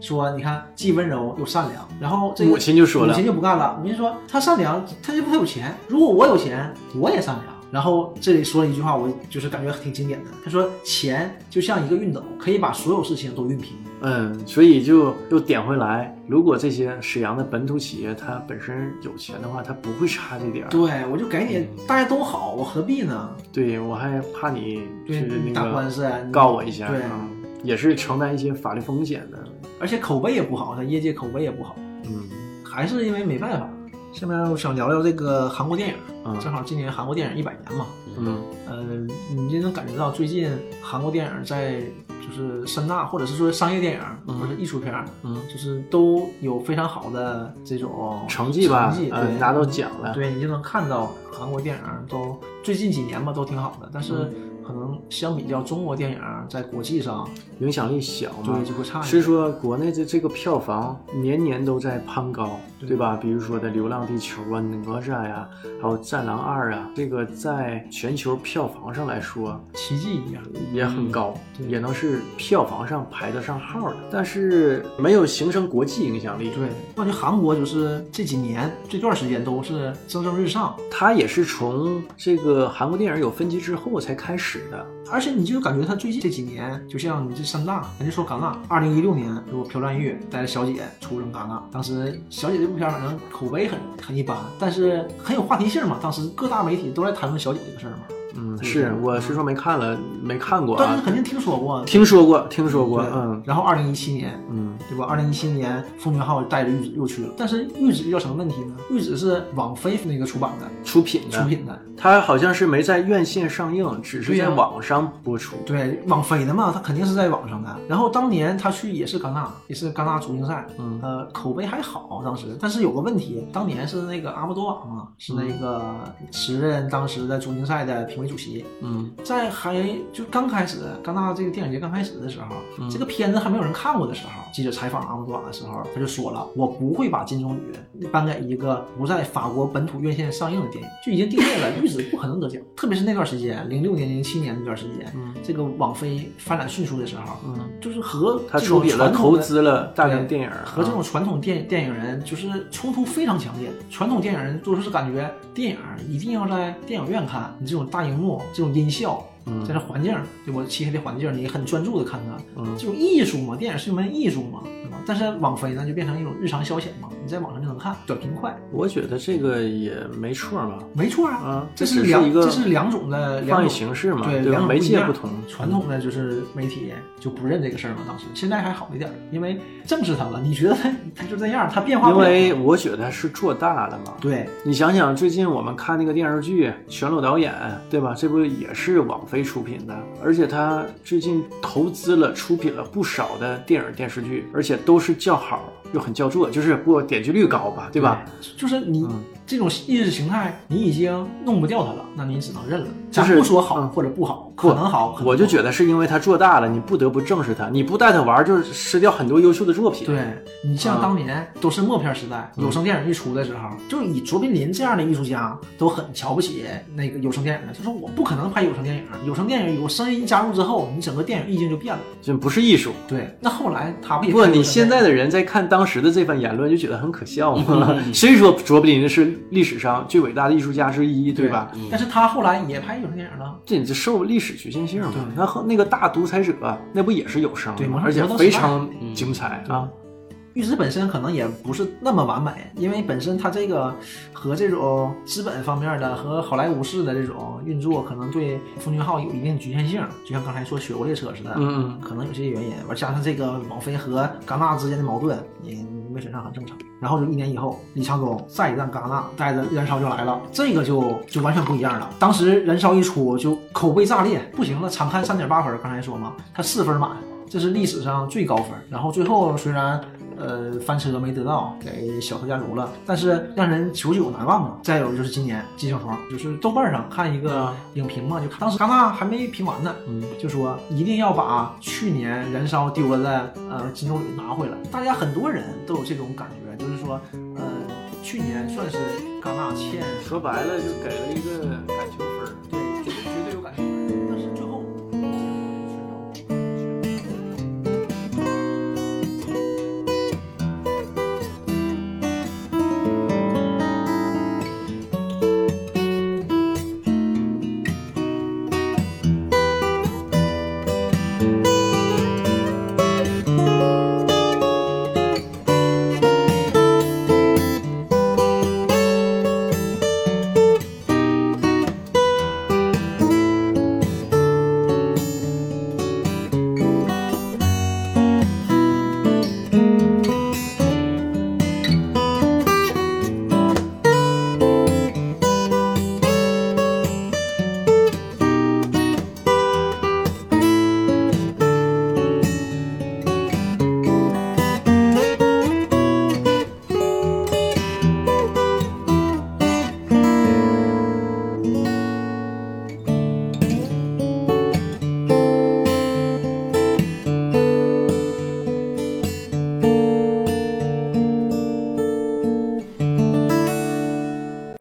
Speaker 3: 说你看既温柔又善良，然后这个
Speaker 1: 母亲就说
Speaker 3: 母
Speaker 1: 了
Speaker 3: 亲，就不干了，母亲说她善良，她就不她有钱，如果我有钱，我也善良。然后这里说了一句话，我就是感觉挺经典的，她说钱就像一个熨斗，可以把所有事情都熨平。
Speaker 1: 嗯，所以就又点回来，如果这些沈阳的本土企业它本身有钱的话，它不会差这点儿。
Speaker 3: 对，我就给你，大家都好，我何必呢？
Speaker 1: 对我还怕你
Speaker 3: 对
Speaker 1: 是
Speaker 3: 你
Speaker 1: 那
Speaker 3: 打官
Speaker 1: 个
Speaker 3: 司啊，你
Speaker 1: 告我一下，
Speaker 3: 对，啊
Speaker 1: 嗯也是承担一些法律风险的。
Speaker 3: 而且口碑也不好，在业界口碑也不好，
Speaker 1: 嗯
Speaker 3: 还是因为没办法。下面我想聊聊这个韩国电影，正
Speaker 1: 嗯
Speaker 3: 好今年韩国电影一百年嘛，
Speaker 1: 嗯
Speaker 3: 呃，你就能感觉到最近韩国电影在就是三大或者是说商业电影
Speaker 1: 嗯
Speaker 3: 或者是艺术片儿，
Speaker 1: 嗯，
Speaker 3: 就是都有非常好的这种
Speaker 1: 成绩吧
Speaker 3: 成绩，
Speaker 1: 呃
Speaker 3: 对
Speaker 1: 拿到奖了
Speaker 3: 对你就能看到韩国电影都最近几年吧都挺好的，但是
Speaker 1: 嗯
Speaker 3: 可能相比较中国电影在国际上
Speaker 1: 影响力小
Speaker 3: 就
Speaker 1: 嘛
Speaker 3: 会，就会差一点。
Speaker 1: 是嗯说国内的这个票房年年都在攀高，
Speaker 3: 对
Speaker 1: 对吧？比如说的《流浪地球》啊，《哪吒》呀，还有《战狼二》啊，这个在全球票房上来说
Speaker 3: 奇迹一样，
Speaker 1: 也很高，
Speaker 3: 嗯对
Speaker 1: 也能是票房上排得上号的，但是没有形成国际影响力。
Speaker 3: 对，我感觉韩国就是这几年这段时间都是蒸蒸日上，
Speaker 1: 它也是从这个韩国电影有分级之后才开始的。
Speaker 3: 而且你就感觉他最近这几年，就像你这三大，人家说戛纳，二零一六年有朴赞玉带着小姐出征戛纳，当时小姐这部片儿反正口碑很很一般，但是很有话题性嘛，当时各大媒体都在谈论小姐这个事儿嘛，
Speaker 1: 嗯，
Speaker 3: 对
Speaker 1: 是，我是说没看了，没看过
Speaker 3: 但
Speaker 1: 啊
Speaker 3: 是，肯定听说过，
Speaker 1: 听说过，听说过，
Speaker 3: 对
Speaker 1: 嗯
Speaker 3: 然后二零一七年。
Speaker 1: 嗯
Speaker 3: 对吧？二零一七年，奉俊昊带着玉子又去了，但是玉子遇到什么问题呢？玉子是网飞那个出版的、
Speaker 1: 嗯出品的，
Speaker 3: 出品的，
Speaker 1: 它好像是没在院线上映，只是
Speaker 3: 对
Speaker 1: 在
Speaker 3: 呀
Speaker 1: 网上播出。
Speaker 3: 对，网飞的嘛，他肯定是在网上的。然后当年他去也是戛纳，也是戛纳足竞赛，
Speaker 1: 嗯
Speaker 3: 呃，口碑还好当时，但是有个问题，当年是那个阿莫多瓦嘛，是那个时任当时的足竞赛的评委主席，
Speaker 1: 嗯
Speaker 3: 在还就刚开始戛纳这个电影节刚开始的时候，
Speaker 1: 嗯
Speaker 3: 这个片子还没有人看过的时候，记者采访阿姆多瓦的时候，他就说了，我不会把金棕榈颁给一个不在法国本土院线上映的电影，就已经定位了，玉子不可能得奖。特别是那段 时间，零六年、零七年那段时间，
Speaker 1: 嗯
Speaker 3: 这个网飞发展迅速的时候，
Speaker 1: 嗯，
Speaker 3: 就是和
Speaker 1: 他
Speaker 3: 这
Speaker 1: 出
Speaker 3: 种
Speaker 1: 品了，
Speaker 3: 传统
Speaker 1: 投
Speaker 3: 的
Speaker 1: 资了大量
Speaker 3: 对
Speaker 1: 电影儿
Speaker 3: 和这种
Speaker 1: 啊
Speaker 3: 传统电电影人就是冲突非常强烈。传统电影人都是感觉电影一定要在电影院看，你这种大荧幕、这种音效，
Speaker 1: 嗯
Speaker 3: 在这环境，对我漆黑的环境，你很专注的看它，
Speaker 1: 嗯
Speaker 3: 这种艺术嘛，电影是一门艺术嘛，对吧？但是网飞呢，就变成一种日常消遣嘛，你在网上就能看，短平快，
Speaker 1: 我觉得这个也没错嘛，
Speaker 3: 没错啊，
Speaker 1: 啊，
Speaker 3: 这
Speaker 1: 只
Speaker 3: 是
Speaker 1: 是
Speaker 3: 两
Speaker 1: 一个
Speaker 3: 这是两种的两
Speaker 1: 放映
Speaker 3: 种
Speaker 1: 形式嘛，
Speaker 3: 对，
Speaker 1: 对吧？
Speaker 3: 两种
Speaker 1: 媒
Speaker 3: 一
Speaker 1: 介
Speaker 3: 样
Speaker 1: 不同，嗯
Speaker 3: 传统的就是媒体就不认这个事儿嘛，当时现在还好一点儿，因为正视它了。你觉得它它就这样，它变化
Speaker 1: 因
Speaker 3: 不了
Speaker 1: 为我觉得是做大的嘛。
Speaker 3: 对
Speaker 1: 你想想，最近我们看那个电视剧《全裸导演》，对吧？这不也是网飞出品的，而且他最近投资了、出品了不少的电影电视剧，而且都是叫好又很叫座，就是不点击率高吧，对吧？
Speaker 3: 就是你、
Speaker 1: 嗯
Speaker 3: 这种意识形态，你已经弄不掉它了，那你只能认了。
Speaker 1: 就是
Speaker 3: 咱不说好
Speaker 1: 嗯
Speaker 3: 或者不好，可能好，可能
Speaker 1: 我就
Speaker 3: 不好
Speaker 1: 觉得是因为他做大了，你不得不正视他，你不带他玩儿，就是失掉很多优秀的作品。，
Speaker 3: 对你
Speaker 1: 嗯
Speaker 3: 像当年都是默片时代，有声电影一出的时候，就以卓别林这样的艺术家都很瞧不起那个有声电影的。他说我不可能拍有声电影，有声电影有声音加入之后，你整个电影意境就变了。
Speaker 1: 这不是艺术。
Speaker 3: 对，那后来他 不也
Speaker 1: 不，
Speaker 3: 拍有
Speaker 1: 你
Speaker 3: 声
Speaker 1: 现
Speaker 3: 电
Speaker 1: 在
Speaker 3: 影
Speaker 1: 的人在看当时的这番言论，就觉得很可笑嘛。
Speaker 3: 嗯
Speaker 1: 谁说卓别林是历史上最伟大的艺术家之一，对吧？
Speaker 2: 嗯
Speaker 3: 但是他后来也拍有声电影了，
Speaker 1: 这你就受历史局限性嘛
Speaker 3: 对。
Speaker 1: 那和那个大独裁者，那不也是有声
Speaker 3: 对
Speaker 1: 吗？
Speaker 3: 蒙上
Speaker 1: 而且
Speaker 3: 舌头
Speaker 1: 非
Speaker 3: 是吧
Speaker 1: 常精彩啊。
Speaker 3: 玉石本身可能也不是那么完美，因为本身它这个和这种资本方面的和好莱坞式的这种运作，可能对奉俊昊有一定局限性。就像刚才说《雪国列车》似的，
Speaker 1: 嗯
Speaker 3: 可能有些原因，完加上这个网飞和戛纳之间的矛盾，也没选上很正常。然后就一年以后，李沧东再一战戛纳，带着《燃烧》就来了，这个就就完全不一样了。当时《燃烧》一出就口碑炸裂，不行了，场刊三点八分，刚才说嘛，它四分满，这是历史上最高分。然后最后虽然呃翻车没得到，给小特加油了，但是让人久久难忘嘛。再有就是今年《寄生虫》，就是豆瓣上看一个影评嘛，就看当时戛纳还没评完呢，
Speaker 1: 嗯
Speaker 3: 就说一定要把去年燃烧丢了的呃金棕榈拿回来。大家很多人都有这种感觉，就是说，呃，去年算是戛纳欠
Speaker 1: 说白了就给了一个感情分儿。